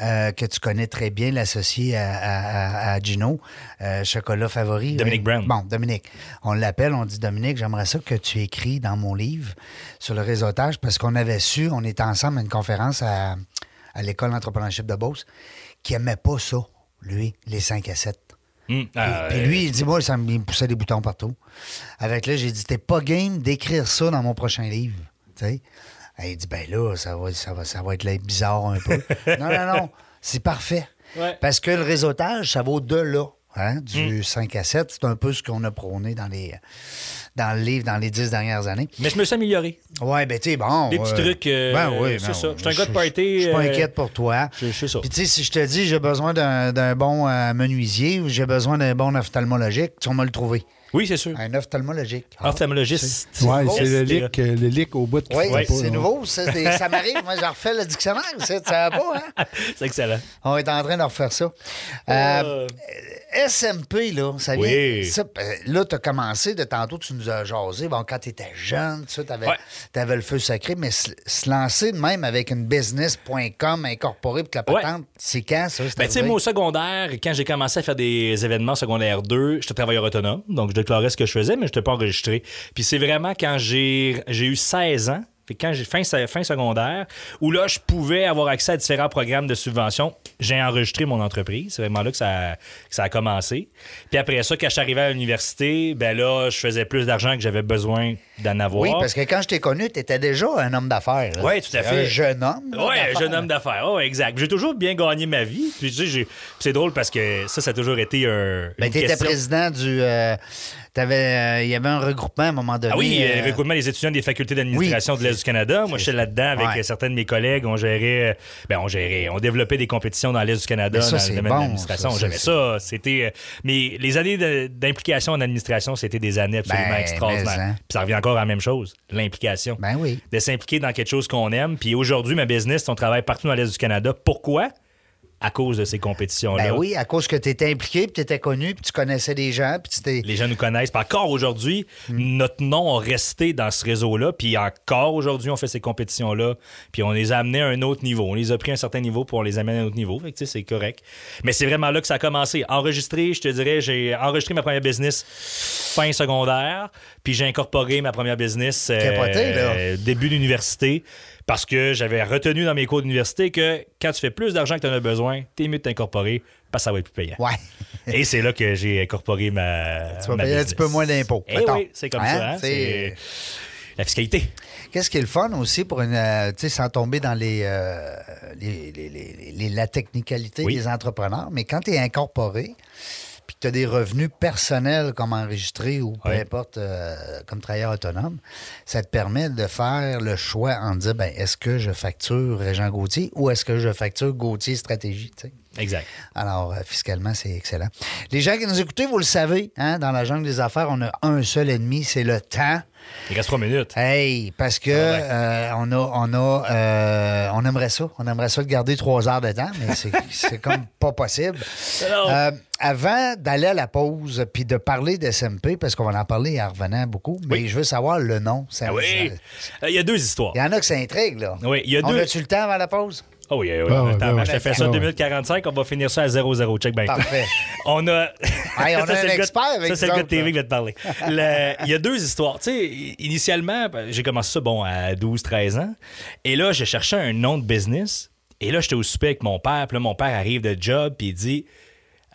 [SPEAKER 2] euh, que tu connais très bien, l'associé à, à- à- à Gino, euh, chocolat favori.
[SPEAKER 3] Dominique
[SPEAKER 2] Ouais.
[SPEAKER 3] Brown.
[SPEAKER 2] Bon, Dominique. On l'appelle, on dit Dominique, j'aimerais ça que tu écris dans mon livre sur le réseautage parce qu'on avait su, on était ensemble à une conférence à, à l'école d'entrepreneurship de Beauce, qui aimait pas ça, lui, les 5 à 7.
[SPEAKER 3] Hum, ah,
[SPEAKER 2] Puis lui, il dit, moi, ça me il me poussait des boutons partout. Avec là, j'ai dit, t'es pas game d'écrire ça dans mon prochain livre. Tu sais? Et il dit, ben là, ça va, ça va, ça va être là, bizarre un peu. non, non, non, c'est parfait.
[SPEAKER 3] Ouais. Mm.
[SPEAKER 2] Parce que le réseautage, ça va au-delà hein, du 5 à 7. C'est un peu ce qu'on a prôné dans les, dans le livre dans les dix dernières années.
[SPEAKER 3] Mais je me suis amélioré.
[SPEAKER 2] Ouais, ben, tu sais, bon.
[SPEAKER 3] Des petits
[SPEAKER 2] euh,
[SPEAKER 3] trucs, euh,
[SPEAKER 2] ben oui,
[SPEAKER 3] c'est
[SPEAKER 2] ben
[SPEAKER 3] ça.
[SPEAKER 2] oui.
[SPEAKER 3] Je suis un gars de party,
[SPEAKER 2] Je suis pas
[SPEAKER 3] euh,
[SPEAKER 2] inquiète pour toi.
[SPEAKER 3] je- je suis ça.
[SPEAKER 2] Puis, tu sais, si je te dis, j'ai besoin d'un d'un bon euh, menuisier ou j'ai besoin d'un bon ophtalmologique, tu vas me le trouver.
[SPEAKER 3] Oui, c'est sûr.
[SPEAKER 2] Un ophtalmologique.
[SPEAKER 3] Ah, Ophtalmologiste.
[SPEAKER 4] Ouais,
[SPEAKER 2] nouveau,
[SPEAKER 4] c'est le
[SPEAKER 3] c'est-
[SPEAKER 4] lick, euh, le lick au bout de
[SPEAKER 2] Oui,
[SPEAKER 3] Ouais.
[SPEAKER 2] c'est nouveau. Ça, c'est- ça m'arrive. Moi, je refais le dictionnaire. Ça, tu savais pas, hein?
[SPEAKER 3] C'est excellent.
[SPEAKER 2] On est en train de refaire ça. Euh,
[SPEAKER 3] Euh,
[SPEAKER 2] SMP, là, ça vient.
[SPEAKER 3] Oui.
[SPEAKER 2] ça, euh, là, tu as commencé de tantôt, tu nous as jasé. Bon, quand tu étais jeune, tu avais,
[SPEAKER 3] Ouais.
[SPEAKER 2] le feu sacré, mais se, se lancer de même avec une business.com incorporée pour que la
[SPEAKER 3] Ouais.
[SPEAKER 2] patente, c'est quand ça? c'est
[SPEAKER 3] Ben, tu sais,
[SPEAKER 2] arrivé?
[SPEAKER 3] moi, au secondaire, quand j'ai commencé à faire des événements secondaire 2, j'étais travailleur autonome. Donc, je déclarais ce que je faisais, mais je n'étais pas enregistré. Puis, c'est vraiment quand j'ai j'ai eu 16 ans, fait que quand j'ai fin, fin secondaire, où là, je pouvais avoir accès à différents programmes de subvention. J'ai enregistré mon entreprise. C'est vraiment là que ça, que ça a commencé. Puis après ça, quand je suis arrivé à l'université, ben là, je faisais plus d'argent que j'avais besoin d'en avoir.
[SPEAKER 2] Oui, parce que quand je t'ai connu, tu étais déjà un homme d'affaires. là.
[SPEAKER 3] Oui, tout à fait.
[SPEAKER 2] Un jeune homme. là,
[SPEAKER 3] Oui,
[SPEAKER 2] d'affaires.
[SPEAKER 3] jeune homme d'affaires. Oh, exact. J'ai toujours bien gagné ma vie. Puis, tu sais, j'ai- puis c'est drôle parce que ça, ça a toujours été un. une
[SPEAKER 2] Ben, tu étais
[SPEAKER 3] question.
[SPEAKER 2] président du. euh, t'avais, euh, Il y avait un regroupement à un moment donné.
[SPEAKER 3] Ah oui,
[SPEAKER 2] euh,
[SPEAKER 3] le recrutement des étudiants des facultés d'administration de l'Est du Canada. Moi, j'étais là-dedans avec
[SPEAKER 2] Ouais.
[SPEAKER 3] euh, certains de mes collègues. On gérait, euh, ben, on gérait, on développait des compétitions dans l'Est du Canada,
[SPEAKER 2] Mais ça,
[SPEAKER 3] dans
[SPEAKER 2] c'est
[SPEAKER 3] le domaine
[SPEAKER 2] bon,
[SPEAKER 3] de l'administration.
[SPEAKER 2] ça, ça,
[SPEAKER 3] J'aimais ça. C'était, euh, mais les années de- d'implication en administration, c'était des années absolument
[SPEAKER 2] Ben,
[SPEAKER 3] extraordinaires.
[SPEAKER 2] mais, hein.
[SPEAKER 3] Puis ça revient encore à la même chose, l'implication.
[SPEAKER 2] Ben oui.
[SPEAKER 3] De s'impliquer dans quelque chose qu'on aime. Puis aujourd'hui, ma business, on travaille partout dans l'Est du Canada. Pourquoi? À cause de ces compétitions-là.
[SPEAKER 2] Ben oui, à cause que tu étais impliqué, puis tu étais connu, puis tu connaissais des gens, puis tu t'es.
[SPEAKER 3] Les gens nous connaissent. Puis encore aujourd'hui, notre nom a resté dans ce réseau-là. Puis encore aujourd'hui, on fait ces compétitions-là. Puis on les a amenés à un autre niveau. On les a pris à un certain niveau pour on les amène à un autre niveau. Fait que, tu sais, c'est correct. Mais c'est vraiment là que ça a commencé. Enregistré, je te dirais, j'ai enregistré ma première business fin secondaire. Puis j'ai incorporé ma première business euh,
[SPEAKER 2] Capoté, là.
[SPEAKER 3] euh, début d'université. Parce que j'avais retenu dans mes cours d'université que quand tu fais plus d'argent que tu en as besoin, t'es mieux de t'incorporer parce que ça va être plus payant.
[SPEAKER 2] Ouais.
[SPEAKER 3] Et c'est là que j'ai incorporé ma.
[SPEAKER 2] Tu vas
[SPEAKER 3] ma
[SPEAKER 2] payer un
[SPEAKER 3] business.
[SPEAKER 2] petit peu moins d'impôts.
[SPEAKER 3] Eh
[SPEAKER 2] mettons.
[SPEAKER 3] oui, c'est comme
[SPEAKER 2] Hein?
[SPEAKER 3] ça. hein,
[SPEAKER 2] C'est-
[SPEAKER 3] C'est la fiscalité.
[SPEAKER 2] Qu'est-ce qui est le fun aussi pour une. euh, tu sais, sans tomber dans les, euh, les, les- les- les- la technicalité
[SPEAKER 3] Oui.
[SPEAKER 2] des entrepreneurs, mais quand tu es incorporé, puis que tu as des revenus personnels comme enregistré ou peu
[SPEAKER 3] Ouais.
[SPEAKER 2] importe, euh, comme travailleur autonome, ça te permet de faire le choix en disant ben, est-ce que je facture Régent Gauthier ou est-ce que je facture Gauthier Stratégie tu sais?
[SPEAKER 3] Exact.
[SPEAKER 2] Alors, euh, fiscalement, c'est excellent. Les gens qui nous écoutent, vous le savez, hein, dans la jungle des affaires, on a un seul ennemi, c'est le temps.
[SPEAKER 3] Il reste trois minutes.
[SPEAKER 2] Hey, parce que
[SPEAKER 3] Ah
[SPEAKER 2] euh, on a, on a, euh, on aimerait ça, on aimerait ça le garder trois heures de temps, mais c'est- c'est comme pas possible.
[SPEAKER 3] Non.
[SPEAKER 2] Euh, avant d'aller à la pause puis de parler d'SMP, parce qu'on va en parler en revenant beaucoup, mais je veux savoir le nom. ça-
[SPEAKER 3] Ah oui.
[SPEAKER 2] ça-
[SPEAKER 3] Euh, Il y a deux histoires.
[SPEAKER 2] Il y en a que ça intrigue, là.
[SPEAKER 3] Oui, il y a
[SPEAKER 2] On
[SPEAKER 3] deux-
[SPEAKER 2] a-tu le temps avant la pause?
[SPEAKER 3] Oh oui, oui, oui.
[SPEAKER 4] Ah
[SPEAKER 3] Attends,
[SPEAKER 4] ouais, ouais,
[SPEAKER 3] ben,
[SPEAKER 4] ouais.
[SPEAKER 3] je te fais ça
[SPEAKER 4] Ah ouais.
[SPEAKER 3] 2045. On va finir ça à 0-0. Check bien.
[SPEAKER 2] Parfait.
[SPEAKER 3] On a.
[SPEAKER 2] Hey, on a
[SPEAKER 3] Ça, c'est
[SPEAKER 2] un
[SPEAKER 3] le gars-
[SPEAKER 2] expert avec
[SPEAKER 3] Ça, c'est le
[SPEAKER 2] nous
[SPEAKER 3] gars de TV
[SPEAKER 2] autres,
[SPEAKER 3] qui va te parler. Le- Il y a deux histoires. Tu sais, initialement, ben, j'ai commencé ça, bon, à 12-13 ans. Et là, je cherchais un nom de business. Et là, j'étais au souper avec mon père. Puis là, mon père arrive de job, puis il dit.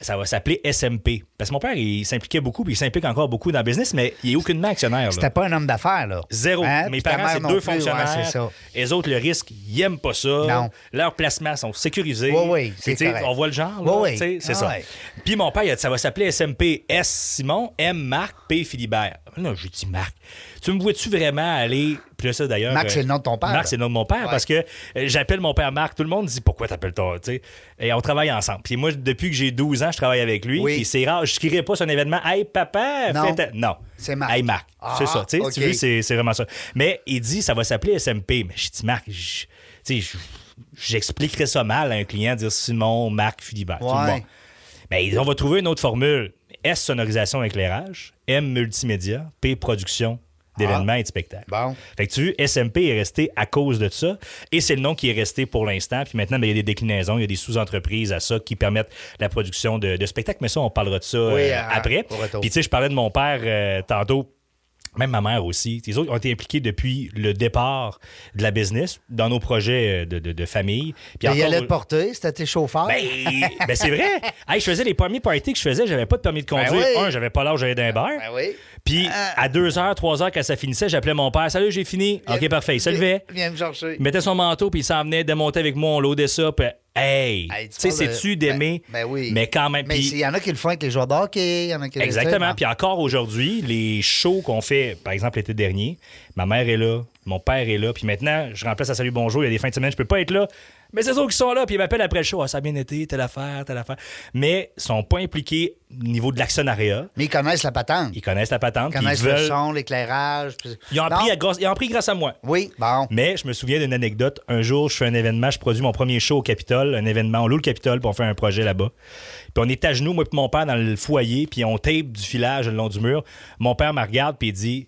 [SPEAKER 3] Ça va s'appeler SMP. Parce que mon père, il s'impliquait beaucoup, puis il s'implique encore beaucoup dans le business, mais il n'est aucunement actionnaire. là.
[SPEAKER 2] C'était pas un homme d'affaires, là.
[SPEAKER 3] Zéro.
[SPEAKER 2] Hein?
[SPEAKER 3] Mes
[SPEAKER 2] Puis ta
[SPEAKER 3] parents,
[SPEAKER 2] mère
[SPEAKER 3] c'est
[SPEAKER 2] non
[SPEAKER 3] deux
[SPEAKER 2] plus, ouais,
[SPEAKER 3] fonctionnaires.
[SPEAKER 2] c'est ça.
[SPEAKER 3] Les autres, le risque, ils n'aiment pas ça.
[SPEAKER 2] Non.
[SPEAKER 3] Leurs placements sont sécurisés.
[SPEAKER 2] Oui, oui,
[SPEAKER 3] Puis,
[SPEAKER 2] c'est
[SPEAKER 3] tu sais,
[SPEAKER 2] correct.
[SPEAKER 3] On voit le genre. là,
[SPEAKER 2] Oui, oui.
[SPEAKER 3] tu sais, C'est
[SPEAKER 2] Ah,
[SPEAKER 3] ça.
[SPEAKER 2] ouais.
[SPEAKER 3] Puis mon père, il a dit ça va s'appeler SMP S Simon, M Marc, P Philibert. Là, je dis Marc. Tu me vois-tu vraiment aller. Puis là, ça, d'ailleurs.
[SPEAKER 2] Marc, c'est le nom de ton père.
[SPEAKER 3] Marc, c'est le nom de mon père
[SPEAKER 2] Ouais.
[SPEAKER 3] parce que euh, j'appelle mon père Marc. Tout le monde dit pourquoi t'appelles ton. tu sais? Et on travaille ensemble. Puis moi, depuis que j'ai 12 ans, je travaille avec lui.
[SPEAKER 2] Oui.
[SPEAKER 3] Puis c'est rare. Je crierai pas sur un événement. Hey, papa,
[SPEAKER 2] Non.
[SPEAKER 3] fais ta- Non.
[SPEAKER 2] C'est Marc.
[SPEAKER 3] Hey, Marc.
[SPEAKER 2] Ah,
[SPEAKER 3] c'est ça. Tu sais, tu
[SPEAKER 2] ok.
[SPEAKER 3] veux, c'est- c'est vraiment ça. Mais il dit, ça va s'appeler SMP. Mais je dis, Marc, je- tu sais, je- j'expliquerais ça mal à un client, dire Simon, Marc, Philibert. Tout le
[SPEAKER 2] Ouais.
[SPEAKER 3] monde. Ben, il dit, on va trouver une autre formule. S, sonorisation, éclairage. M, multimédia. P, production d'événements et de spectacles.
[SPEAKER 2] Ah. Bon.
[SPEAKER 3] Fait que tu vois, SMP est resté à cause de ça. Et c'est le nom qui est resté pour l'instant. Puis maintenant, ben, il y a des déclinaisons, il y a des sous-entreprises à ça qui permettent la production de, de spectacles. Mais ça, on parlera de ça euh,
[SPEAKER 2] à-
[SPEAKER 3] après.
[SPEAKER 2] au retour.
[SPEAKER 3] Puis tu sais, je parlais de mon père euh, tantôt. Même ma mère aussi. Les autres ont été impliqués depuis le départ de la business, dans nos projets euh, de, de- de famille. Puis
[SPEAKER 2] Mais il
[SPEAKER 3] encore-
[SPEAKER 2] allait te porter, c'était tes chauffeurs.
[SPEAKER 3] ben, ben, c'est vrai. Hey, je faisais les premiers parties que je faisais, j'avais pas de permis de conduire.
[SPEAKER 2] Ben oui.
[SPEAKER 3] Un, j'avais pas l'âge j'avais d'un bar.
[SPEAKER 2] Ben oui.
[SPEAKER 3] Puis à 2h, 3h, quand ça finissait, j'appelais mon père. Salut, j'ai fini. OK, parfait. Il se levait.
[SPEAKER 2] Viens me chercher.
[SPEAKER 3] Il mettait son manteau, puis il s'en venait démonter avec moi, on loadait ça. Puis Hey!
[SPEAKER 2] Hey,
[SPEAKER 3] tu sais,
[SPEAKER 2] parles de-
[SPEAKER 3] c'est-tu d'aimer?
[SPEAKER 2] Ben, ben oui.
[SPEAKER 3] Mais quand même.
[SPEAKER 2] Mais
[SPEAKER 3] puis-
[SPEAKER 2] il y en a qui le font avec les joueurs de hockey, il y en a qui hein.
[SPEAKER 3] Exactement.
[SPEAKER 2] tu sais,
[SPEAKER 3] Puis encore aujourd'hui, les shows qu'on fait, par exemple l'été dernier, ma mère est là, mon père est là, puis maintenant, je remplace à Salut Bonjour, il y a des fins de semaine, je peux pas être là. Mais c'est eux qui sont là, puis ils m'appellent après le show. Ah, ça a bien été, telle affaire, telle affaire. Mais ils sont pas impliqués au niveau de l'actionnariat.
[SPEAKER 2] Mais ils connaissent la patente.
[SPEAKER 3] Ils connaissent la patente.
[SPEAKER 2] Ils
[SPEAKER 3] puis
[SPEAKER 2] connaissent
[SPEAKER 3] ils veulent-
[SPEAKER 2] le son, l'éclairage. puis-
[SPEAKER 3] Ils ont, appris
[SPEAKER 2] Non?
[SPEAKER 3] à Mm. grâce- ils ont appris grâce à moi.
[SPEAKER 2] Oui, bon.
[SPEAKER 3] Mais je me souviens d'une anecdote. Un jour, je fais un événement, je produis mon premier show au Capitole, un événement, on loue le Capitole pour faire un projet là-bas. Puis on est à genoux, moi et mon père, dans le foyer, puis on tape du filage le long du mur. Mon père me regarde, puis il dit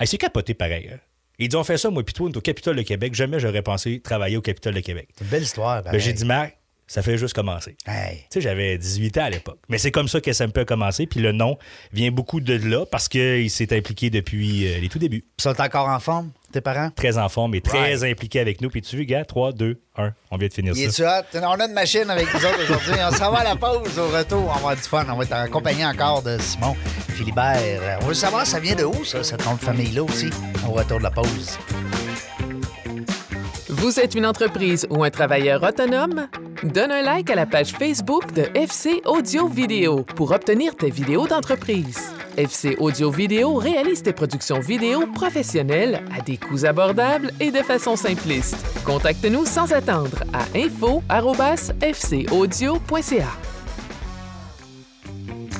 [SPEAKER 3] Hey, c'est capoté pareil. hein. Il dit On fait ça, moi, puis toi, on est au Capitole de Québec. Jamais j'aurais pensé travailler au Capitole de Québec.
[SPEAKER 2] C'est une belle histoire.
[SPEAKER 3] Ben,
[SPEAKER 2] pareil.
[SPEAKER 3] j'ai dit Marc, ça fait juste commencer.
[SPEAKER 2] Hey.
[SPEAKER 3] Tu sais, j'avais 18 ans à l'époque. Mais c'est comme ça que SMP a commencé, puis le nom vient beaucoup de là parce qu'il s'est impliqué depuis euh, les tout débuts
[SPEAKER 2] Ils sont encore en forme, tes parents?
[SPEAKER 3] très en forme et très impliqué avec nous. Puis tu vois, gars, 3, 2, 1, on vient de finir
[SPEAKER 2] Il
[SPEAKER 3] ça.
[SPEAKER 2] est-tu hot? On a une machine avec nous autres aujourd'hui. On s'en va à la pause. Au retour, on va avoir du fun. On va être accompagné encore de Simon Philibert. On veut savoir, ça vient de où, ça, cette nom de famille-là aussi? Au retour de la pause.
[SPEAKER 5] Vous êtes une entreprise ou un travailleur autonome? Donne un like à la page Facebook de FC Audio Vidéo pour obtenir tes vidéos d'entreprise. FC Audio Vidéo réalise tes productions vidéo professionnelles à des coûts abordables et de façon simpliste. Contacte-nous sans attendre à info@fcaudio.ca.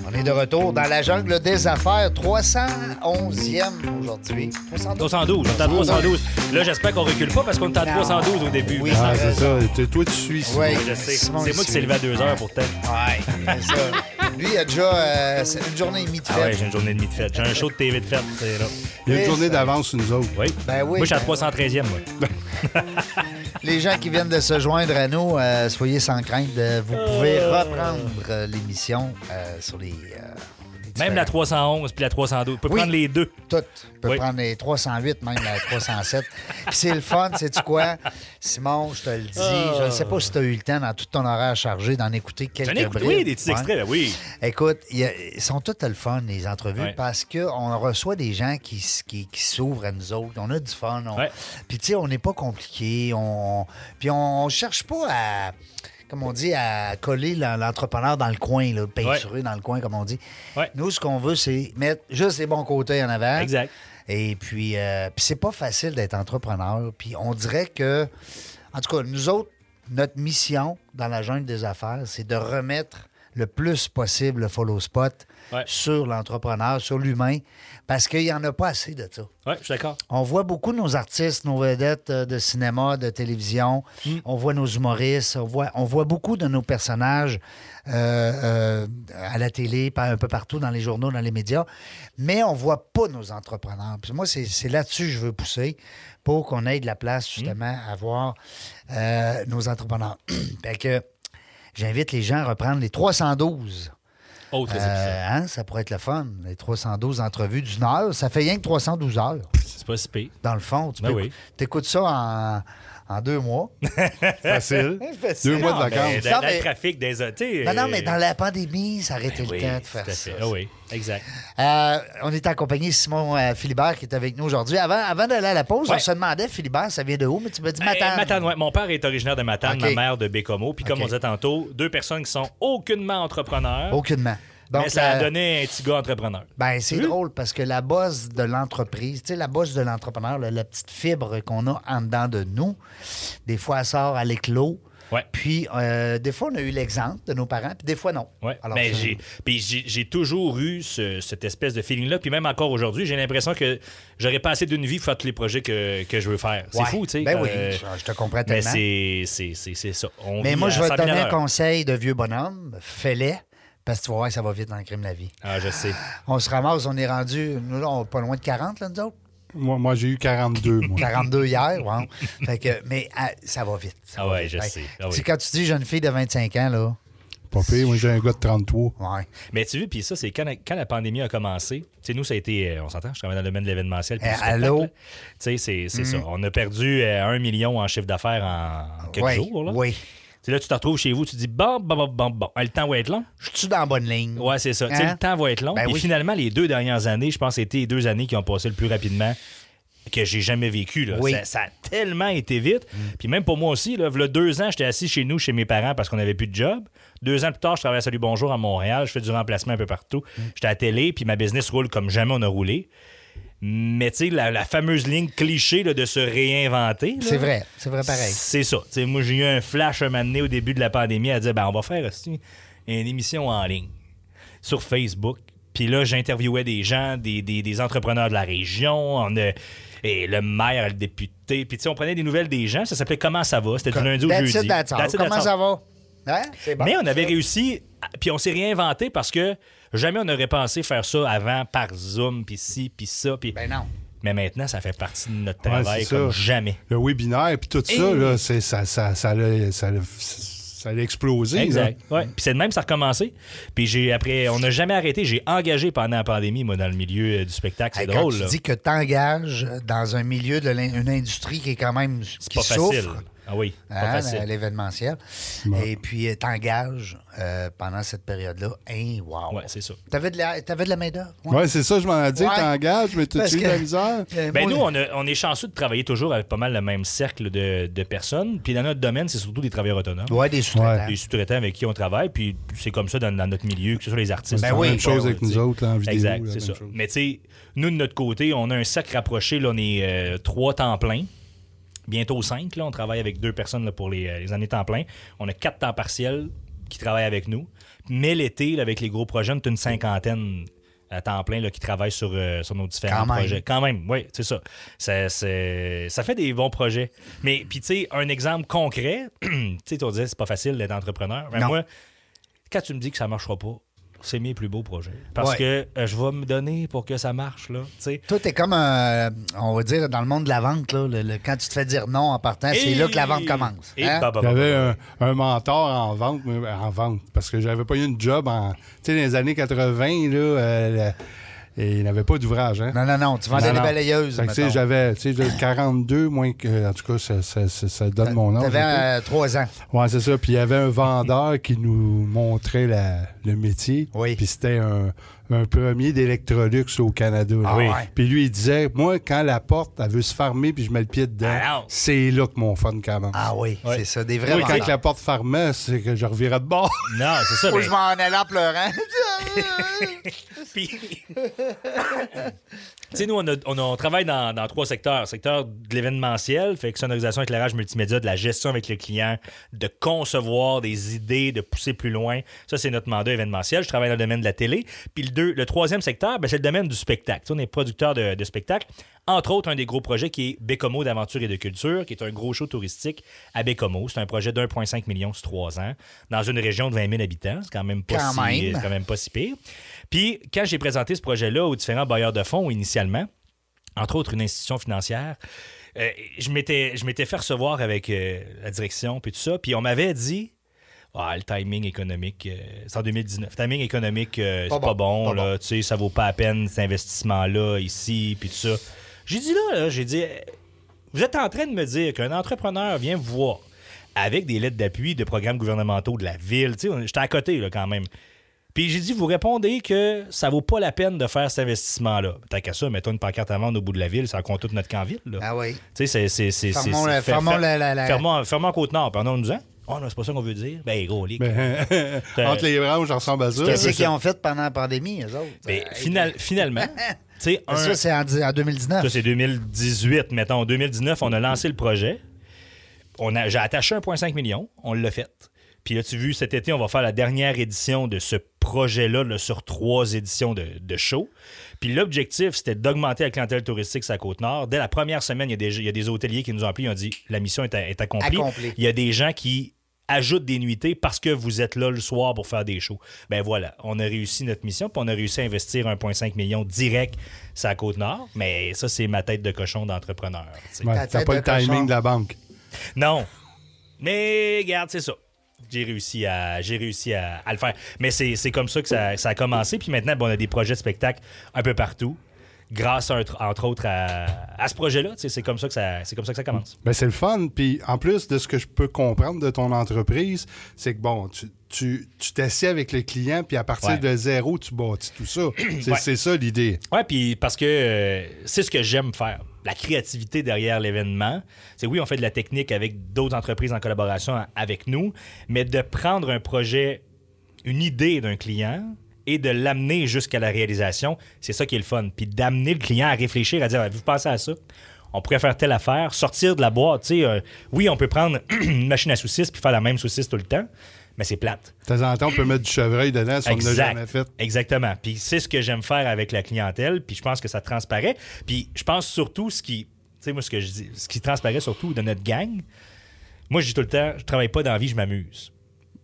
[SPEAKER 2] On est de retour dans la jungle des affaires, 311e aujourd'hui. 312.
[SPEAKER 3] 312, on est à 312. Là, j'espère qu'on recule pas parce qu'on est à
[SPEAKER 2] Non.
[SPEAKER 3] 312 au début.
[SPEAKER 2] Oui.
[SPEAKER 4] Ah,
[SPEAKER 3] Ah,
[SPEAKER 4] c'est ça. Et Toi, tu suis. ça.
[SPEAKER 2] Ouais,
[SPEAKER 3] je sais. C'est
[SPEAKER 2] Simon,
[SPEAKER 3] moi
[SPEAKER 2] il
[SPEAKER 3] qui
[SPEAKER 2] suit.
[SPEAKER 3] s'est levé à 2 heures pourtant.
[SPEAKER 2] Ouais, c'est ça. Lui, il a déjà euh, c'est une journée et demie de
[SPEAKER 3] Ah ouais,
[SPEAKER 2] fête.
[SPEAKER 3] j'ai une journée et demie de fête. J'ai un show de TV de fête, c'est là.
[SPEAKER 4] Il y a une
[SPEAKER 2] Oui,
[SPEAKER 4] journée
[SPEAKER 2] ça.
[SPEAKER 4] d'avance sur nous autres.
[SPEAKER 3] Oui.
[SPEAKER 2] Ben oui,
[SPEAKER 3] moi, je suis à
[SPEAKER 2] ben
[SPEAKER 3] 313e, moi.
[SPEAKER 2] Les gens qui viennent de se joindre à nous, euh, soyez sans crainte. euh, vous pouvez reprendre euh, l'émission euh, sur les. euh, les
[SPEAKER 3] Même la
[SPEAKER 2] différents-
[SPEAKER 3] 311 puis la 312. On peut
[SPEAKER 2] Oui.
[SPEAKER 3] prendre les deux.
[SPEAKER 2] toutes. On peut
[SPEAKER 3] Oui.
[SPEAKER 2] prendre les 308, même la 307. Puis c'est le fun, sais-tu quoi? Simon, je te le dis, je ne sais pas si tu as eu le temps dans tout ton horaire chargé d'en écouter quelques
[SPEAKER 3] J'en ai écouté,
[SPEAKER 2] bribes.
[SPEAKER 3] oui, des petits
[SPEAKER 2] Ouais.
[SPEAKER 3] extraits, ben oui.
[SPEAKER 2] Écoute, il y a- ils sont toutes le fun, les entrevues,
[SPEAKER 3] Ouais.
[SPEAKER 2] parce qu'on reçoit des gens qui, s- qui, qui s'ouvrent à nous autres. On a du fun. on-
[SPEAKER 3] Ouais.
[SPEAKER 2] Puis, tu sais, on n'est pas compliqué. On... Puis, on on cherche pas à, comme on dit, à coller l'en- l'entrepreneur dans le coin, là, peinturer dans le coin, comme on dit.
[SPEAKER 3] Ouais.
[SPEAKER 2] Nous, ce qu'on veut, c'est mettre juste les bons côtés en avant.
[SPEAKER 3] Exact.
[SPEAKER 2] Et puis, euh, puis c'est pas facile d'être entrepreneur. Puis on dirait que, en tout cas, nous autres, notre mission dans la jungle des affaires, c'est de remettre le plus possible le follow spot
[SPEAKER 3] Ouais.
[SPEAKER 2] sur l'entrepreneur, sur l'humain, parce qu'il n'y en a pas assez de ça.
[SPEAKER 3] Oui, je suis d'accord.
[SPEAKER 2] On voit beaucoup nos artistes, nos vedettes euh, de cinéma, de télévision. On voit nos humoristes. On voit, on voit beaucoup de nos personnages euh, euh, à la télé, par- un peu partout, dans les journaux, dans les médias. Mais on voit pas nos entrepreneurs. Puis moi, c'est c'est là-dessus que je veux pousser pour qu'on ait de la place, justement, à voir euh, nos entrepreneurs. fait que j'invite les gens à reprendre les 312.
[SPEAKER 3] Autre
[SPEAKER 2] Euh,
[SPEAKER 3] épisode.
[SPEAKER 2] hein, ça pourrait être le fun. Les 312 entrevues d'une heure. Ça fait rien que 312 heures
[SPEAKER 3] C'est pas si pire.
[SPEAKER 2] dans le fond. Tu
[SPEAKER 3] Ben
[SPEAKER 2] peux
[SPEAKER 3] oui.
[SPEAKER 2] écou- t'écoutes ça en, en deux mois.
[SPEAKER 4] Facile.
[SPEAKER 2] Facile.
[SPEAKER 4] Deux mois de
[SPEAKER 3] Non, mais
[SPEAKER 4] vacances.
[SPEAKER 3] Ben, dans-
[SPEAKER 2] Non,
[SPEAKER 3] dans le
[SPEAKER 2] mais- Ben
[SPEAKER 3] trafic des autres, tu sais,
[SPEAKER 2] Non, non, mais
[SPEAKER 3] euh,
[SPEAKER 2] dans la pandémie, ça aurait été le
[SPEAKER 3] Ben oui,
[SPEAKER 2] temps de
[SPEAKER 3] tout
[SPEAKER 2] faire
[SPEAKER 3] à
[SPEAKER 2] ça.
[SPEAKER 3] fait. Ah oui, exact.
[SPEAKER 2] Euh, on est en compagnie de Simon euh, Philibert qui est avec nous aujourd'hui. Avant, avant d'aller à la pause,
[SPEAKER 3] Ouais.
[SPEAKER 2] on se demandait, Philibert, ça vient de où? Mais tu m'as dit
[SPEAKER 3] Eh,
[SPEAKER 2] Matane.
[SPEAKER 3] Matane, ouais. Mon père est originaire de Matane,
[SPEAKER 2] Ok.
[SPEAKER 3] ma mère de Bécomo. Puis comme
[SPEAKER 2] Ok.
[SPEAKER 3] on disait tantôt, deux personnes qui sont aucunement entrepreneurs,
[SPEAKER 2] Aucunement. Donc,
[SPEAKER 3] mais ça
[SPEAKER 2] euh,
[SPEAKER 3] a donné un petit gars entrepreneur.
[SPEAKER 2] Ben, c'est drôle parce que la bosse de l'entreprise, tu sais, la bosse de l'entrepreneur, la, la petite fibre qu'on a en dedans de nous, des fois, elle sort à l'éclos.
[SPEAKER 3] Ouais.
[SPEAKER 2] Puis, euh, des fois, on a eu l'exemple de nos parents, puis des fois, non.
[SPEAKER 3] Ouais.
[SPEAKER 2] Alors,
[SPEAKER 3] mais
[SPEAKER 2] c'est-
[SPEAKER 3] j'ai, puis j'ai, j'ai toujours eu ce- cette espèce de feeling-là. Puis même encore aujourd'hui, j'ai l'impression que j'aurais passé d'une vie pour faire tous les projets que, que je veux faire. C'est
[SPEAKER 2] Ouais.
[SPEAKER 3] fou, tu sais.
[SPEAKER 2] Ben
[SPEAKER 3] quand,
[SPEAKER 2] oui,
[SPEAKER 3] euh,
[SPEAKER 2] je- je te comprends
[SPEAKER 3] Mais
[SPEAKER 2] tellement.
[SPEAKER 3] c'est, c'est, c'est, c'est ça. On
[SPEAKER 2] Mais
[SPEAKER 3] vit
[SPEAKER 2] moi,
[SPEAKER 3] à
[SPEAKER 2] je vais te
[SPEAKER 3] 100 000
[SPEAKER 2] donner un
[SPEAKER 3] à l'heure.
[SPEAKER 2] conseil de vieux bonhomme. Fais-le, parce que tu vas voir que ça va vite dans le crime de la vie.
[SPEAKER 3] Ah, je sais.
[SPEAKER 2] On se ramasse, on est rendu, nous, là, on est pas loin de 40, là, nous autres.
[SPEAKER 4] Moi, moi, j'ai eu 42, moi.
[SPEAKER 2] 42 hier, wow. Fait que, mais ah, ça va vite. ça
[SPEAKER 3] Ah
[SPEAKER 2] va
[SPEAKER 3] ouais,
[SPEAKER 2] vite.
[SPEAKER 3] je
[SPEAKER 2] Hey,
[SPEAKER 3] sais. Ah
[SPEAKER 2] tu
[SPEAKER 3] oui.
[SPEAKER 2] Quand tu dis jeune fille de 25 ans, là,
[SPEAKER 4] Pas pire, moi, j'ai un gars de 33.
[SPEAKER 2] ouais.
[SPEAKER 3] Mais tu vois, puis ça, c'est quand, la- quand la pandémie a commencé. Tu sais, nous, ça a été. euh, on s'entend, je travaille dans le domaine de l'événementiel. puis
[SPEAKER 2] Eh,
[SPEAKER 3] du spectacle,
[SPEAKER 2] allô? Mm.
[SPEAKER 3] là. Tu sais, c'est, c'est ça. On a perdu euh, un million en chiffre d'affaires en quelques
[SPEAKER 2] Ouais,
[SPEAKER 3] jours. Là.
[SPEAKER 2] Oui.
[SPEAKER 3] Tu sais, là, tu te retrouves chez vous, tu te dis bon, bon, bon, bon, bon. Ah, le temps va être long.
[SPEAKER 2] Je suis dans la bonne ligne.
[SPEAKER 3] Ouais, c'est ça. Tu sais,
[SPEAKER 2] Mm. Hein?
[SPEAKER 3] Le temps va être long.
[SPEAKER 2] Ben
[SPEAKER 3] Et
[SPEAKER 2] oui.
[SPEAKER 3] finalement, les deux dernières années, je pense que c'était les deux années qui ont passé le plus rapidement que j'ai jamais vécu. là.
[SPEAKER 2] Oui.
[SPEAKER 3] Ça, ça a tellement été vite. Puis même pour moi aussi, là, v'là deux ans, j'étais assis chez nous, chez mes parents, parce qu'on n'avait plus de job. Deux ans plus tard, je travaille à Salut Bonjour à Montréal. Je fais du remplacement un peu partout. J'étais à la télé, puis ma business roule comme jamais on a roulé. Mais tu sais, la, la fameuse ligne cliché là, de se réinventer. là,
[SPEAKER 2] C'est vrai, c'est vrai pareil.
[SPEAKER 3] c'est ça. Tu sais, moi, j'ai eu un flash un moment donné au début de la pandémie à dire ben, on va faire aussi une émission en ligne sur Facebook. Puis là, j'interviewais des gens, des, des- des entrepreneurs de la région, on a- et le maire, le député. Puis tu sais, on prenait des nouvelles des gens. Ça s'appelait Comment ça va C'était du lundi au
[SPEAKER 2] That's
[SPEAKER 3] jeudi.
[SPEAKER 2] it, that's all.
[SPEAKER 3] That's it,
[SPEAKER 2] Comment
[SPEAKER 3] that's all.
[SPEAKER 2] ça va? Hein? C'est bon.
[SPEAKER 3] Mais on avait réussi, à- puis on s'est réinventé parce que jamais on n'aurait pensé faire ça avant par Zoom, puis ci, puis ça. Puis...
[SPEAKER 2] Ben non.
[SPEAKER 3] Mais maintenant, ça fait partie de notre
[SPEAKER 4] Ouais,
[SPEAKER 3] travail
[SPEAKER 4] c'est
[SPEAKER 3] comme
[SPEAKER 4] ça.
[SPEAKER 3] jamais.
[SPEAKER 4] Le webinaire, puis tout ça, là, c'est- ça, ça, ça, l'a- ça, l'a- ça l'a explosé. là.
[SPEAKER 3] Exact. Ouais. Hein? Puis c'est de même, ça a recommencé. Puis j'ai après, on n'a jamais arrêté. J'ai engagé pendant la pandémie, moi, dans le milieu euh, du spectacle. C'est
[SPEAKER 2] Hey,
[SPEAKER 3] drôle.
[SPEAKER 2] Quand tu
[SPEAKER 3] là.
[SPEAKER 2] dis que t'engages dans un milieu de l'in- une industrie qui est quand même
[SPEAKER 3] c'est
[SPEAKER 2] qui
[SPEAKER 3] pas facile.
[SPEAKER 2] souffre,
[SPEAKER 3] Ah oui, pas
[SPEAKER 2] hein,
[SPEAKER 3] facile.
[SPEAKER 2] à l'événementiel, et puis euh, t'engages euh, pendant cette période-là. Hey, wow.
[SPEAKER 3] Ouais, c'est ça.
[SPEAKER 2] T'avais de la, t'avais de la main d'œuvre.
[SPEAKER 4] Ouais, c'est ça, je m'en ai dit,
[SPEAKER 2] Ouais.
[SPEAKER 4] t'engages, mais t'as
[SPEAKER 2] Parce
[SPEAKER 4] tué
[SPEAKER 2] que-
[SPEAKER 4] la misère.
[SPEAKER 2] Euh,
[SPEAKER 3] Ben
[SPEAKER 2] moi,
[SPEAKER 3] nous, on, a- on est chanceux de travailler toujours avec pas mal le même cercle de, de personnes. Puis dans notre domaine, c'est surtout des travailleurs autonomes.
[SPEAKER 2] Ouais, des sous-traitants.
[SPEAKER 3] Des sous-traitants avec qui on travaille. Puis c'est comme ça dans, dans notre milieu, que ce soit les artistes.
[SPEAKER 4] C'est
[SPEAKER 2] Ben
[SPEAKER 4] la
[SPEAKER 2] oui.
[SPEAKER 4] même chose avec
[SPEAKER 3] tu sais.
[SPEAKER 4] nous autres, là, en vidéo.
[SPEAKER 3] Exact,
[SPEAKER 4] la
[SPEAKER 3] c'est ça.
[SPEAKER 4] même chose.
[SPEAKER 3] Mais tu sais, nous, de notre côté, on a un cercle rapproché. Là, on est euh, trois temps plein. Bientôt cinq. Là, on travaille avec deux personnes là, pour les, euh, les années temps plein. On a quatre temps partiels qui travaillent avec nous. Mais l'été, là, avec les gros projets, on est une cinquantaine à temps plein là, qui travaillent sur, euh, sur nos différents
[SPEAKER 2] Quand même.
[SPEAKER 3] projets. Quand même, oui, c'est ça. Ça, c'est- ça fait des bons projets. Mais puis, tu sais, un exemple concret, tu sais, on disait, c'est pas facile d'être entrepreneur. Mais
[SPEAKER 2] Non.
[SPEAKER 3] moi, quand tu me dis que ça marchera pas, c'est mes plus beaux projets. Parce
[SPEAKER 2] Ouais.
[SPEAKER 3] que euh, je vais me donner pour que ça marche, là. tu sais.
[SPEAKER 2] Toi, t'es comme, euh, on va dire, dans le monde de la vente, là, le- le- quand tu te fais dire non en partant, c'est
[SPEAKER 3] Et-
[SPEAKER 2] là que la vente commence.
[SPEAKER 3] Et
[SPEAKER 2] hein?
[SPEAKER 3] bah, bah, bah,
[SPEAKER 4] J'avais
[SPEAKER 3] bah, bah.
[SPEAKER 4] un, un mentor en vente, mais- en vente, parce que j'avais pas eu une job en. Tu sais, dans les années 80, là, euh, la- et il n'avait pas d'ouvrage, hein?
[SPEAKER 2] Non, non, non, tu vendais
[SPEAKER 4] Non,
[SPEAKER 2] des
[SPEAKER 4] non.
[SPEAKER 2] balayeuses.
[SPEAKER 4] Fait que, tu sais,
[SPEAKER 2] mettons.
[SPEAKER 4] j'avais, tu sais, j'avais 42, moins que. En tout cas, ça, ça- ça- ça donne mon âge.
[SPEAKER 2] T'avais euh, trois ans.
[SPEAKER 4] Ouais, c'est ça. Puis il y avait un vendeur qui nous montrait la- le métier.
[SPEAKER 2] Oui.
[SPEAKER 4] Puis c'était un, un premier d'Electrolux au Canada. là.
[SPEAKER 2] Ah oui. ouais.
[SPEAKER 4] Puis lui, il disait Moi, quand la porte, elle veut se fermer, puis je mets le pied dedans,
[SPEAKER 3] Ah non.
[SPEAKER 4] c'est là que mon fun commence.
[SPEAKER 2] Ah oui,
[SPEAKER 3] Ouais.
[SPEAKER 2] c'est ça, des vrais
[SPEAKER 4] Moi,
[SPEAKER 2] vendeurs.
[SPEAKER 4] quand la porte fermait, c'est que je revirais de bord.
[SPEAKER 3] Non, c'est ça.
[SPEAKER 2] Moi,
[SPEAKER 3] ben,
[SPEAKER 2] je m'en allais en pleurant.
[SPEAKER 3] puis- tu sais, nous, on, a- on a- on travaille dans, dans trois secteurs. Secteur de l'événementiel, fait que sonorisation, éclairage multimédia, de la gestion avec le client, de concevoir des idées, de pousser plus loin. Ça, c'est notre mandat événementiel. Je travaille dans le domaine de la télé. Puis le, deux- le troisième secteur, ben, c'est le domaine du spectacle. Tu sais, on est producteur de, de spectacle. Entre autres, un des gros projets qui est Bécomo d'aventure et de culture, qui est un gros show touristique à Bécomo. C'est un projet de 1,5 million sur trois ans, dans une région de 20 000 habitants. C'est quand même pas
[SPEAKER 2] Quand
[SPEAKER 3] si-
[SPEAKER 2] même.
[SPEAKER 3] c'est quand même pas si pire. Puis, quand j'ai présenté ce projet-là aux différents bailleurs de fonds initialement, entre autres une institution financière, euh, je m'étais je m'étais fait recevoir avec euh, la direction, puis tout ça. Puis on m'avait dit. Ah, le timing économique, euh, c'est en 2019. Le timing économique, euh, c'est
[SPEAKER 2] Pas
[SPEAKER 3] pas
[SPEAKER 2] bon,
[SPEAKER 3] bon,
[SPEAKER 2] pas
[SPEAKER 3] là, tu sais, ça vaut pas la peine cet investissement-là, ici, puis tout ça. J'ai dit là, là, j'ai dit, euh, vous êtes en train de me dire qu'un entrepreneur vient vous voir avec des lettres d'appui de programmes gouvernementaux de la ville. Tu sais, on- J'étais à côté là, quand même. Puis j'ai dit, vous répondez que ça vaut pas la peine de faire cet investissement-là. Tant qu'à ça, mettons une pancarte à vendre au bout de la ville, ça compte toute notre camp ville. là.
[SPEAKER 2] ah oui.
[SPEAKER 3] Tu sais, c'est- c'est- c'est. c'est-
[SPEAKER 2] Fermons
[SPEAKER 3] c'est-
[SPEAKER 2] la-
[SPEAKER 3] fer-
[SPEAKER 2] fermons
[SPEAKER 3] fer-
[SPEAKER 2] la- la- la-
[SPEAKER 3] Fermons, fermons Côte-Nord, pardonnons-nous. Oh non, c'est pas ça qu'on veut dire. Ben, gros, les
[SPEAKER 4] Entre les branches, ça ressemble à ça.
[SPEAKER 2] Qu'est-ce qu'ils ont fait pendant la pandémie, eux autres?
[SPEAKER 3] Ben,
[SPEAKER 2] Euh,
[SPEAKER 3] final- finalement, tu sais, un-
[SPEAKER 2] Ça, c'est en, dix- en 2019.
[SPEAKER 3] Ça, c'est 2018, mettons. En 2019, on a lancé le projet. On a- J'ai attaché 1,5 million. On l'a fait. Puis là, tu as vu, cet été, on va faire la dernière édition de ce projet-là là, sur trois éditions de, de show. Puis l'objectif, c'était d'augmenter la clientèle touristique sur la Côte-Nord. Dès la première semaine, il y, a des- il y a des hôteliers qui nous ont appelés. Ils ont dit « La mission est, à- est accomplie.
[SPEAKER 2] Accomplie.
[SPEAKER 3] Il y a des gens qui ajoutent des nuitées parce que vous êtes là le soir pour faire des shows. Ben voilà, on a réussi notre mission, puis on a réussi à investir 1,5 million direct sur la Côte-Nord, mais ça, c'est ma tête de cochon d'entrepreneur. tu sais.
[SPEAKER 4] Ouais,
[SPEAKER 2] Ta
[SPEAKER 4] T'as
[SPEAKER 2] tête
[SPEAKER 4] pas
[SPEAKER 2] de
[SPEAKER 4] le timing
[SPEAKER 2] cochon.
[SPEAKER 4] de la banque.
[SPEAKER 3] Non. Mais regarde, c'est ça. J'ai réussi à j'ai réussi à, à le faire. Mais c'est c'est comme ça que ça, ça a commencé. Puis maintenant, bon, on a des projets de spectacle un peu partout. Grâce, entre, entre autres, à, à ce projet-là. Tu sais, C'est comme, ça que ça- c'est comme ça que ça commence.
[SPEAKER 4] Ben, c'est le fun. Puis en plus de ce que je peux comprendre de ton entreprise, c'est que bon, tu tu- tu t'assieds avec le client, puis à partir
[SPEAKER 3] Ouais.
[SPEAKER 4] de zéro, tu bâtis tout ça. C'est
[SPEAKER 3] Ouais.
[SPEAKER 4] c'est ça l'idée.
[SPEAKER 3] Ouais, puis parce que euh, c'est ce que j'aime faire. la créativité derrière l'événement. C'est oui, on fait de la technique avec d'autres entreprises en collaboration avec nous, mais de prendre un projet, une idée d'un client et de l'amener jusqu'à la réalisation, c'est ça qui est le fun. Puis d'amener le client à réfléchir, à dire, avez-vous pensé à ça? on pourrait faire telle affaire, sortir de la boîte. Tu sais, euh, oui, on peut prendre une machine à saucisses puis faire la même saucisse tout le temps, mais c'est plate.
[SPEAKER 4] De temps en temps, on peut mettre du chevreuil dedans si on ne l'a jamais fait.
[SPEAKER 3] Exactement. Puis c'est ce que j'aime faire avec la clientèle, puis je pense que ça transparaît. Puis je pense surtout ce qui, tu sais, moi, ce que je dis, ce qui transparaît surtout de notre gang. Moi, je dis tout le temps, je travaille pas dans la vie, je m'amuse.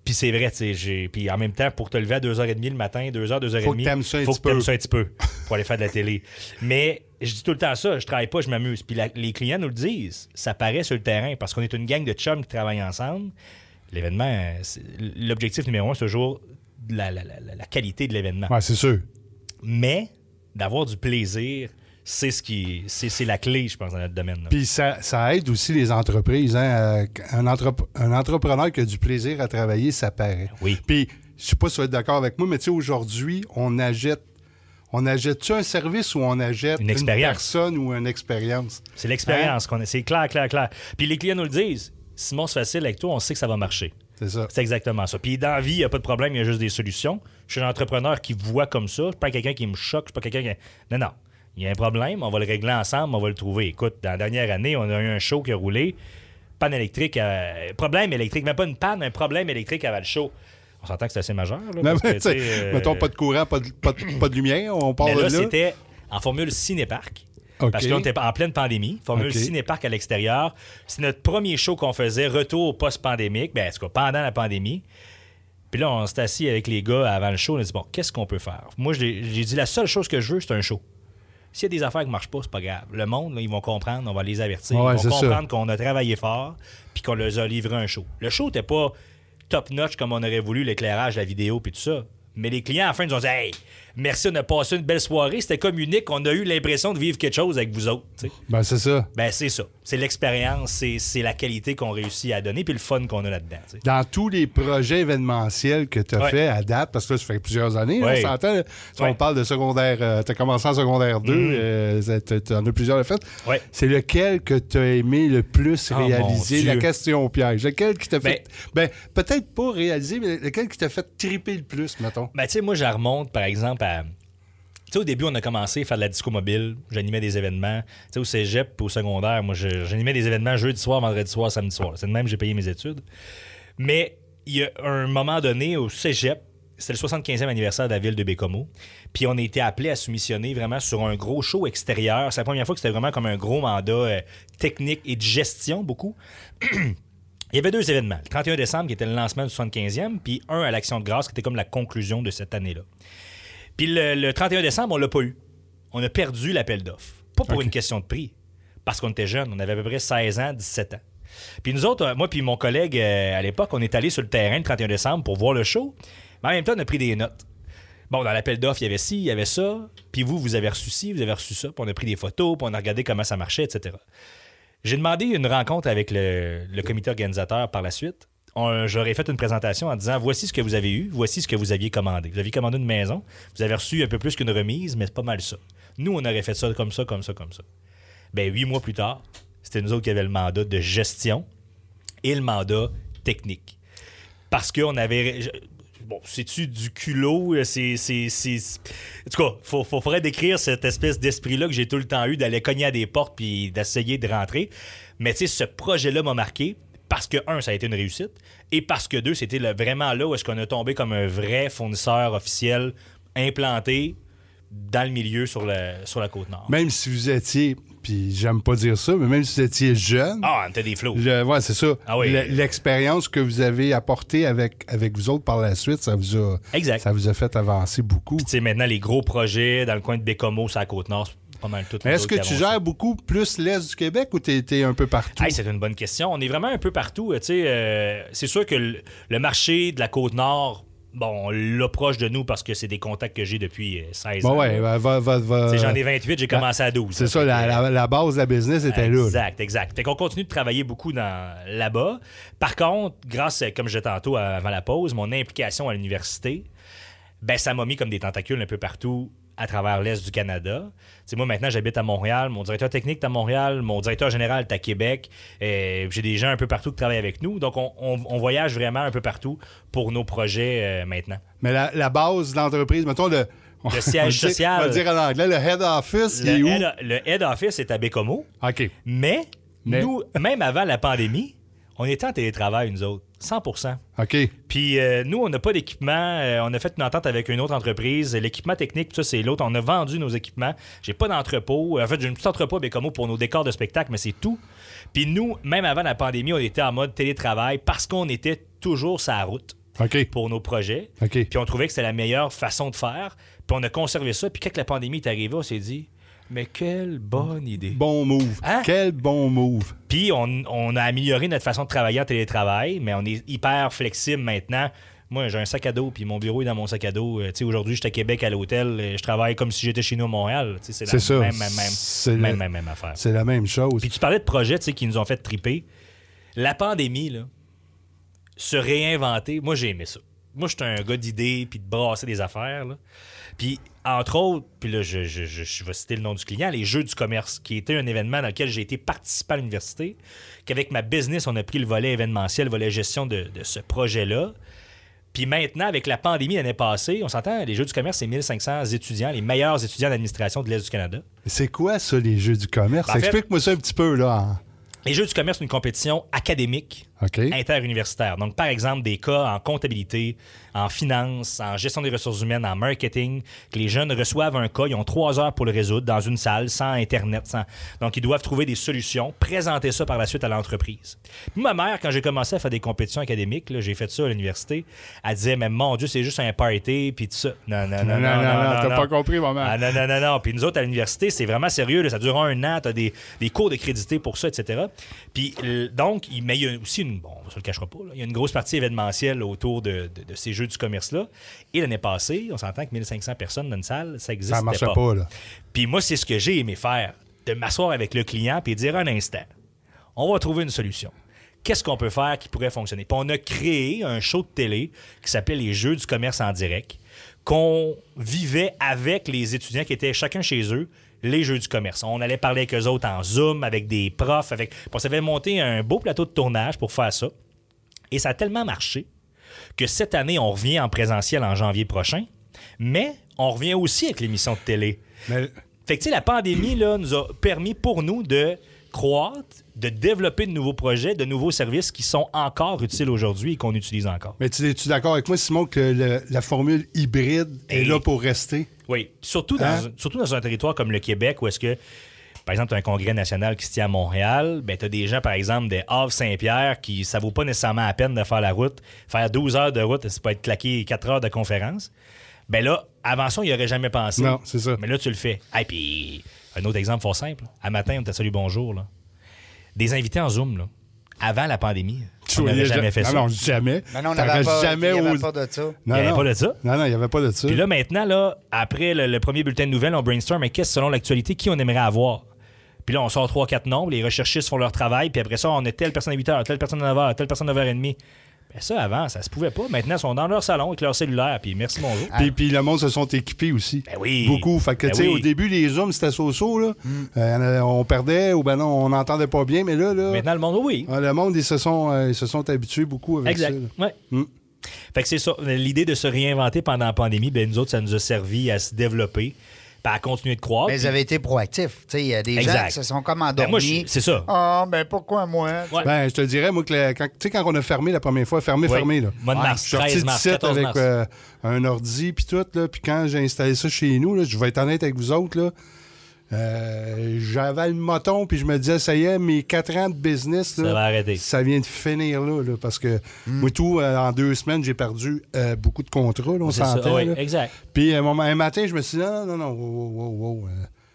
[SPEAKER 3] Puis c'est vrai, tu sais, puis en même temps, pour te lever à 2h30 le matin, 2h, 2h30,
[SPEAKER 4] Faut que t'aimes ça un
[SPEAKER 3] faut
[SPEAKER 4] petit
[SPEAKER 3] que t'aimes
[SPEAKER 4] peu.
[SPEAKER 3] ça un petit peu pour aller faire de la télé. Mais je dis tout le temps ça, je travaille pas, je m'amuse. Puis la- les clients nous le disent, ça paraît sur le terrain parce qu'on est une gang de chums qui travaillent ensemble. L'événement, euh, c'est- l'objectif numéro un, c'est toujours la, la- la- la- la qualité de l'événement.
[SPEAKER 4] Ouais, c'est sûr.
[SPEAKER 3] Mais d'avoir du plaisir, c'est ce qui, c'est c'est la clé, je pense, dans notre domaine. là.
[SPEAKER 4] Puis ça, ça aide aussi les entreprises. hein, à- un, entrep- un entrepreneur qui a du plaisir à travailler, ça paraît.
[SPEAKER 3] Oui.
[SPEAKER 4] Puis, je sais pas si tu vas être d'accord avec moi, mais tu sais, aujourd'hui, on achète. On achète-tu un service ou on achète
[SPEAKER 3] Une expérience.
[SPEAKER 4] personne ou une expérience?
[SPEAKER 3] C'est
[SPEAKER 4] Hein?
[SPEAKER 3] l'expérience qu'on a. C'est clair, clair, clair. Puis les clients nous le disent. Simon, c'est facile avec toi, on sait que ça va marcher.
[SPEAKER 4] C'est ça.
[SPEAKER 3] C'est exactement ça. Puis dans la vie, il n'y a pas de problème, il y a juste des solutions. Je suis un entrepreneur qui voit comme ça. Je ne suis pas quelqu'un qui me choque. Je suis pas quelqu'un qui. Non, non. Il y a un problème, on va le régler ensemble, on va le trouver. Écoute, dans la dernière année, on a eu un show qui a roulé. Panne électrique, à- problème électrique, même pas une panne, un problème électrique avant le show. On s'entend que c'est assez majeur. Là,
[SPEAKER 4] Non,
[SPEAKER 3] parce
[SPEAKER 4] mais
[SPEAKER 3] que,
[SPEAKER 4] tu sais,
[SPEAKER 3] tu sais, euh,
[SPEAKER 4] Mettons pas de courant, pas de, pas de- pas de lumière, on part
[SPEAKER 3] mais
[SPEAKER 4] de
[SPEAKER 3] là,
[SPEAKER 4] là.
[SPEAKER 3] c'était en formule cinéparc.
[SPEAKER 4] OK.
[SPEAKER 3] Parce qu'on était en pleine pandémie, formule
[SPEAKER 4] OK.
[SPEAKER 3] cinéparc à l'extérieur. C'est notre premier show qu'on faisait, retour post-pandémique, ben, en tout cas pendant la pandémie. Puis là, on s'est assis avec les gars avant le show, on a dit, bon, qu'est-ce qu'on peut faire? Moi, je l'ai- j'ai dit, la seule chose que je veux, c'est un show. S'il y a des affaires qui marchent pas, c'est pas grave. Le monde, là, ils vont comprendre, on va les avertir.
[SPEAKER 4] Ouais,
[SPEAKER 3] ils
[SPEAKER 4] c'est
[SPEAKER 3] vont
[SPEAKER 4] ça.
[SPEAKER 3] comprendre qu'on a travaillé fort, puis qu'on leur a livré un show. Le show n'était pas top-notch comme on aurait voulu, l'éclairage, la vidéo, puis tout ça. Mais les clients, à la fin, nous ont dit Hey, merci, on a passé une belle soirée, c'était comme unique, on a eu l'impression de vivre quelque chose avec vous autres. tu sais.
[SPEAKER 4] Ben, c'est ça.
[SPEAKER 3] Ben, c'est ça. C'est l'expérience, c'est- c'est la qualité qu'on réussit à donner, puis le fun qu'on a là-dedans. tu sais.
[SPEAKER 4] Dans tous les projets événementiels que tu as
[SPEAKER 3] Ouais.
[SPEAKER 4] fait à date, parce que là, ça fait plusieurs années,
[SPEAKER 3] Ouais.
[SPEAKER 4] on s'entend. là, Si on
[SPEAKER 3] Ouais. Mm.
[SPEAKER 4] parle de secondaire, tu as commencé en secondaire euh, 2, tu en as plusieurs de fait.
[SPEAKER 3] Ouais.
[SPEAKER 4] C'est lequel que tu as aimé le plus
[SPEAKER 3] Oh,
[SPEAKER 4] réaliser?
[SPEAKER 3] mon
[SPEAKER 4] La
[SPEAKER 3] Dieu.
[SPEAKER 4] question au piège. Lequel qui t'a
[SPEAKER 3] Ben-
[SPEAKER 4] fait. Ben, peut-être pas réaliser, mais lequel qui t'a fait triper le plus, mettons?
[SPEAKER 3] Ben, tu sais, moi, je la remonte, par exemple, à. Tu sais, au début, on a commencé à faire de la disco mobile. J'animais des événements. Tu sais, au cégep, au secondaire, moi, je- j'animais des événements jeudi soir, vendredi soir, samedi soir. C'est de même que j'ai payé mes études. Mais il y a un moment donné, au cégep, c'était le 75e anniversaire de la ville de Bécomo. Puis on a été appelé à soumissionner vraiment sur un gros show extérieur. C'est la première fois que c'était vraiment comme un gros mandat euh, technique et de gestion, beaucoup. Il y avait deux événements. Le 31 décembre, qui était le lancement du 75e, puis un à l'Action de grâce, qui était comme la conclusion de cette année-là. Puis le, le 31 décembre, on l'a pas eu. On a perdu l'appel d'offres. Pas pour une question de prix, parce qu'on était jeunes. On avait à peu près 16 ans, 17 ans. Puis nous autres, euh, moi puis mon collègue euh, à l'époque, on est allé sur le terrain le 31 décembre pour voir le show. Mais en même temps, on a pris des notes. Bon, dans l'appel d'offres, il y avait ci, il y avait ça. Puis vous, vous avez reçu ci, vous avez reçu ça. Puis on a pris des photos, puis on a regardé comment ça marchait, etc. J'ai demandé une rencontre avec le, le comité organisateur par la suite. On- J'aurais fait une présentation en disant voici ce que vous avez eu, voici ce que vous aviez commandé. Vous aviez commandé une maison, vous avez reçu un peu plus qu'une remise, mais c'est pas mal ça. Nous, on aurait fait ça comme ça, comme ça, comme ça. Ben huit mois plus tard, c'était nous autres qui avions le mandat de gestion et le mandat technique. Parce qu'on avait. je- Bon, c'est-tu du culot? euh, C'est. c'est- c'est- c'est- En tout cas, faut, faut, faudrait décrire cette espèce d'esprit-là que j'ai tout le temps eu d'aller cogner à des portes puis d'essayer de rentrer. Mais tu sais, ce projet-là m'a marqué parce que, un, ça a été une réussite et parce que, deux, c'était le- vraiment là où est-ce qu'on a tombé comme un vrai fournisseur officiel implanté dans le milieu sur, le, sur la Côte-Nord.
[SPEAKER 4] Même si vous étiez, puis j'aime pas dire ça, mais même si vous étiez jeune.
[SPEAKER 3] Ah, on était des flots.
[SPEAKER 4] Le- ouais, c'est ça.
[SPEAKER 3] Ah oui.
[SPEAKER 4] Le- L'expérience que vous avez apportée avec, avec vous autres par la suite, ça vous a,
[SPEAKER 3] Exact.
[SPEAKER 4] Ça vous a fait avancer beaucoup.
[SPEAKER 3] Tu sais, maintenant, les gros projets dans le coin de Bécomo, sur la Côte-Nord, c'est pas mal tout.
[SPEAKER 4] Mais est-ce que tu gères beaucoup plus l'Est du Québec ou t'es t'es un peu partout?
[SPEAKER 3] Hey, c'est une bonne question. On est vraiment un peu partout. euh, tu sais, euh, c'est sûr que le, le marché de la Côte-Nord, bon, on l'a proche de nous parce que c'est des contacts que j'ai depuis euh, 16
[SPEAKER 4] Bon,
[SPEAKER 3] ans.
[SPEAKER 4] ouais,
[SPEAKER 3] Tu
[SPEAKER 4] va- va- va- va-
[SPEAKER 3] sais, J'en ai 28, j'ai commencé à 12.
[SPEAKER 4] C'est ça,
[SPEAKER 3] Fait
[SPEAKER 4] la,
[SPEAKER 3] que, euh,
[SPEAKER 4] la- la base de la business était là. là.
[SPEAKER 3] Exact, exact. Fait qu'on continue de travailler beaucoup dans, là-bas. Par contre, grâce, euh, comme je disais tantôt avant la pause, mon implication à l'université, ben ça m'a mis comme des tentacules un peu partout à travers l'Est du Canada. T'sais, moi, maintenant, j'habite à Montréal. Mon directeur technique est à Montréal. Mon directeur général est à Québec. Et j'ai des gens un peu partout qui travaillent avec nous. Donc, on, on- on voyage vraiment un peu partout pour nos projets euh, maintenant.
[SPEAKER 4] Mais la, la base de l'entreprise, mettons le.
[SPEAKER 3] Le siège
[SPEAKER 4] on va
[SPEAKER 3] social.
[SPEAKER 4] dire- On va dire en anglais, le head office, il est
[SPEAKER 3] Le
[SPEAKER 4] où?
[SPEAKER 3] head, le head office est à Bécomo.
[SPEAKER 4] OK.
[SPEAKER 3] Mais,
[SPEAKER 4] Mais-
[SPEAKER 3] nous, même avant la pandémie, on était en télétravail, nous autres. 100
[SPEAKER 4] OK.
[SPEAKER 3] Puis euh, nous, on n'a pas d'équipement. Euh, on a fait une entente avec une autre entreprise. L'équipement technique, tout ça, c'est l'autre. On a vendu nos équipements. J'ai pas d'entrepôt. Euh, En fait, j'ai un petit entrepôt à Bécomo pour nos décors de spectacle, mais c'est tout. Puis nous, même avant la pandémie, on était en mode télétravail parce qu'on était toujours sur la route
[SPEAKER 4] OK.
[SPEAKER 3] pour nos projets.
[SPEAKER 4] OK.
[SPEAKER 3] Puis on trouvait que c'était la meilleure façon de faire. Puis on a conservé ça. Puis quand la pandémie est arrivée, on s'est dit, mais quelle bonne idée.
[SPEAKER 4] Bon move.
[SPEAKER 3] Hein?
[SPEAKER 4] Quel bon move.
[SPEAKER 3] Puis on, on a amélioré notre façon de travailler en télétravail, mais on est hyper flexible maintenant. Moi, j'ai un sac à dos, puis mon bureau est dans mon sac à dos. Euh, tu sais, aujourd'hui, j'étais à Québec à l'hôtel. euh, Je travaille comme si j'étais chez nous à Montréal. Tu sais, C'est la
[SPEAKER 4] C'est ça.
[SPEAKER 3] Même, même, même-
[SPEAKER 4] C'est
[SPEAKER 3] même,
[SPEAKER 4] le-
[SPEAKER 3] même, même affaire.
[SPEAKER 4] C'est la même chose.
[SPEAKER 3] Puis tu parlais de projets tu sais, qui nous ont fait triper. La pandémie, là, se réinventer, moi j'ai aimé ça. Moi, j'étais un gars d'idées, puis de brasser des affaires. là. Puis, entre autres, puis là, je, je, je, je vais citer le nom du client, les Jeux du commerce, qui était un événement dans lequel j'ai été participant à l'université, qu'avec ma business, on a pris le volet événementiel, le volet gestion de, de ce projet-là. Puis maintenant, avec la pandémie l'année passée, on s'entend, les Jeux du commerce, c'est 1500 étudiants, les meilleurs étudiants d'administration de l'Est du Canada.
[SPEAKER 4] C'est quoi ça, les jeux du commerce?
[SPEAKER 3] Ben, en fait-
[SPEAKER 4] Explique-moi ça un petit peu, là. hein.
[SPEAKER 3] Les Jeux du commerce, c'est une compétition académique
[SPEAKER 4] OK.
[SPEAKER 3] interuniversitaire. Donc, par exemple, des cas en comptabilité, en finance, en gestion des ressources humaines, en marketing, que les jeunes reçoivent un cas, ils ont trois heures pour le résoudre dans une salle, sans Internet. Sans... Donc, ils doivent trouver des solutions, présenter ça par la suite à l'entreprise. Puis Ma mère, quand j'ai commencé à faire des compétitions académiques, là, j'ai fait ça à l'université, elle disait, mais mon Dieu, c'est juste un party, puis tout ça. Non, non, non, non,
[SPEAKER 4] Non, non, non,
[SPEAKER 3] non,
[SPEAKER 4] t'as
[SPEAKER 3] non.
[SPEAKER 4] pas compris, maman.
[SPEAKER 3] Ah, non, non, non, non. Puis nous autres, à l'université, c'est vraiment sérieux. là. Ça dure un an. Tu as des, des cours de crédité pour ça, etc. Puis l- donc, il, mais il y a aussi une. Bon, on se le cachera pas. là. Il y a une grosse partie événementielle autour de, de- de ces jeux du commerce-là. Et l'année passée, on s'entend que 1500 personnes dans une salle, ça existe.
[SPEAKER 4] Ça marchait pas, là.
[SPEAKER 3] Puis moi, c'est ce que j'ai aimé faire, de m'asseoir avec le client puis dire un instant, on va trouver une solution. Qu'est-ce qu'on peut faire qui pourrait fonctionner? Puis on a créé un show de télé qui s'appelait les Jeux du commerce en direct, qu'on vivait avec les étudiants qui étaient chacun chez eux, les Jeux du commerce. On allait parler avec eux autres en Zoom, avec des profs, avec... puis On s'avait monté un beau plateau de tournage pour faire ça. Et ça a tellement marché que cette année, on revient en présentiel en janvier prochain, mais on revient aussi avec l'émission de télé.
[SPEAKER 4] Mais
[SPEAKER 3] Fait que, tu sais, la pandémie, là, nous a permis pour nous de croître, de développer de nouveaux projets, de nouveaux services qui sont encore utiles aujourd'hui et qu'on utilise encore.
[SPEAKER 4] Mais tu es-tu d'accord avec moi, Simon, que le- la formule hybride est
[SPEAKER 3] Et-
[SPEAKER 4] là pour rester?
[SPEAKER 3] Oui, surtout dans,
[SPEAKER 4] Hein?
[SPEAKER 3] surtout dans un territoire comme le Québec où est-ce que, par exemple, tu as un congrès national qui se tient à Montréal, ben, tu as des gens, par exemple, des Havre-Saint-Pierre qui, ça vaut pas nécessairement la peine de faire la route. Faire 12 heures de route, ça peut être claqué 4 heures de conférence. Ben là, avant ça, on n'y aurait jamais pensé.
[SPEAKER 4] Non, c'est ça.
[SPEAKER 3] Mais là, tu le fais. Et puis, un autre exemple fort simple. À matin, on était salut bonjour. Là. Des invités en Zoom, là. avant la pandémie, on n'aurait
[SPEAKER 4] voyais
[SPEAKER 3] jamais
[SPEAKER 4] ja-
[SPEAKER 3] fait
[SPEAKER 4] non,
[SPEAKER 3] ça.
[SPEAKER 4] Non, jamais.
[SPEAKER 2] Non, non, on
[SPEAKER 4] T'aurais
[SPEAKER 2] n'avait pas,
[SPEAKER 4] jamais
[SPEAKER 2] il y avait
[SPEAKER 4] osé-
[SPEAKER 2] pas de ça.
[SPEAKER 4] Non,
[SPEAKER 3] Il y avait
[SPEAKER 4] non.
[SPEAKER 3] pas de ça.
[SPEAKER 4] Non, non, il n'y avait pas de ça.
[SPEAKER 3] Puis là, maintenant, là, après le, le premier bulletin de nouvelles, on brainstorm, mais qu'est-ce, selon l'actualité, qui on aimerait avoir? Puis là, on sort trois, quatre nombres, les recherchistes font leur travail, puis après ça, on a telle personne à 8 h, telle personne à 9 h, telle personne à 9 h 30. Ben ça, avant, ça se pouvait pas. Maintenant, ils sont dans leur salon avec leur cellulaire, puis merci, bonjour.
[SPEAKER 4] Puis, puis le monde se sont équipés aussi.
[SPEAKER 3] ah. Ben oui.
[SPEAKER 4] Beaucoup. Fait que,
[SPEAKER 3] Ben
[SPEAKER 4] tu sais,
[SPEAKER 3] oui.
[SPEAKER 4] au début, les Zooms, c'était so-so, là.
[SPEAKER 2] Mm.
[SPEAKER 4] Euh, on perdait ou ben non, on n'entendait pas bien, mais là, là.
[SPEAKER 3] Maintenant, le monde, oui.
[SPEAKER 4] ah, le monde, ils se, sont, euh, ils se sont habitués beaucoup avec
[SPEAKER 3] Exact.
[SPEAKER 4] ça. là.
[SPEAKER 3] Ouais.
[SPEAKER 4] Mm.
[SPEAKER 3] Fait que c'est ça. L'idée de se réinventer pendant la pandémie, ben nous autres, ça nous a servi à se développer, puis à continuer de croire.
[SPEAKER 2] Mais ils avaient été proactifs. Tu sais, Il y a des gens
[SPEAKER 3] Exact.
[SPEAKER 2] qui se sont comme
[SPEAKER 3] Ben, moi,
[SPEAKER 2] endormis.
[SPEAKER 3] je- c'est ça.
[SPEAKER 2] Ah, ben pourquoi moi?
[SPEAKER 3] Ouais.
[SPEAKER 4] Ben, je te dirais, moi, que la- quand, tu sais, quand on a fermé la première fois, fermé,
[SPEAKER 3] Oui.
[SPEAKER 4] fermé, là.
[SPEAKER 3] Mois de
[SPEAKER 2] Ouais,
[SPEAKER 3] mars,
[SPEAKER 4] Je suis
[SPEAKER 3] 13
[SPEAKER 4] sorti
[SPEAKER 3] mars,
[SPEAKER 4] d'ici
[SPEAKER 3] 14
[SPEAKER 4] avec
[SPEAKER 3] mars.
[SPEAKER 4] euh, un ordi puis tout là, puis quand j'ai installé ça chez nous là, je vais être honnête avec vous autres là, euh, j'avais le moton puis je me disais ça y est mes quatre ans de business là,
[SPEAKER 3] Ça va arrêter.
[SPEAKER 4] ça vient de finir là, là, parce que moi tout euh, en deux semaines j'ai perdu euh, beaucoup de contrats là, on
[SPEAKER 3] C'est ça,
[SPEAKER 4] s'entend
[SPEAKER 3] oui,
[SPEAKER 4] là.
[SPEAKER 3] exact.
[SPEAKER 4] puis euh, mon- un matin je me suis dit non non non wow, wow, wow, wow, euh,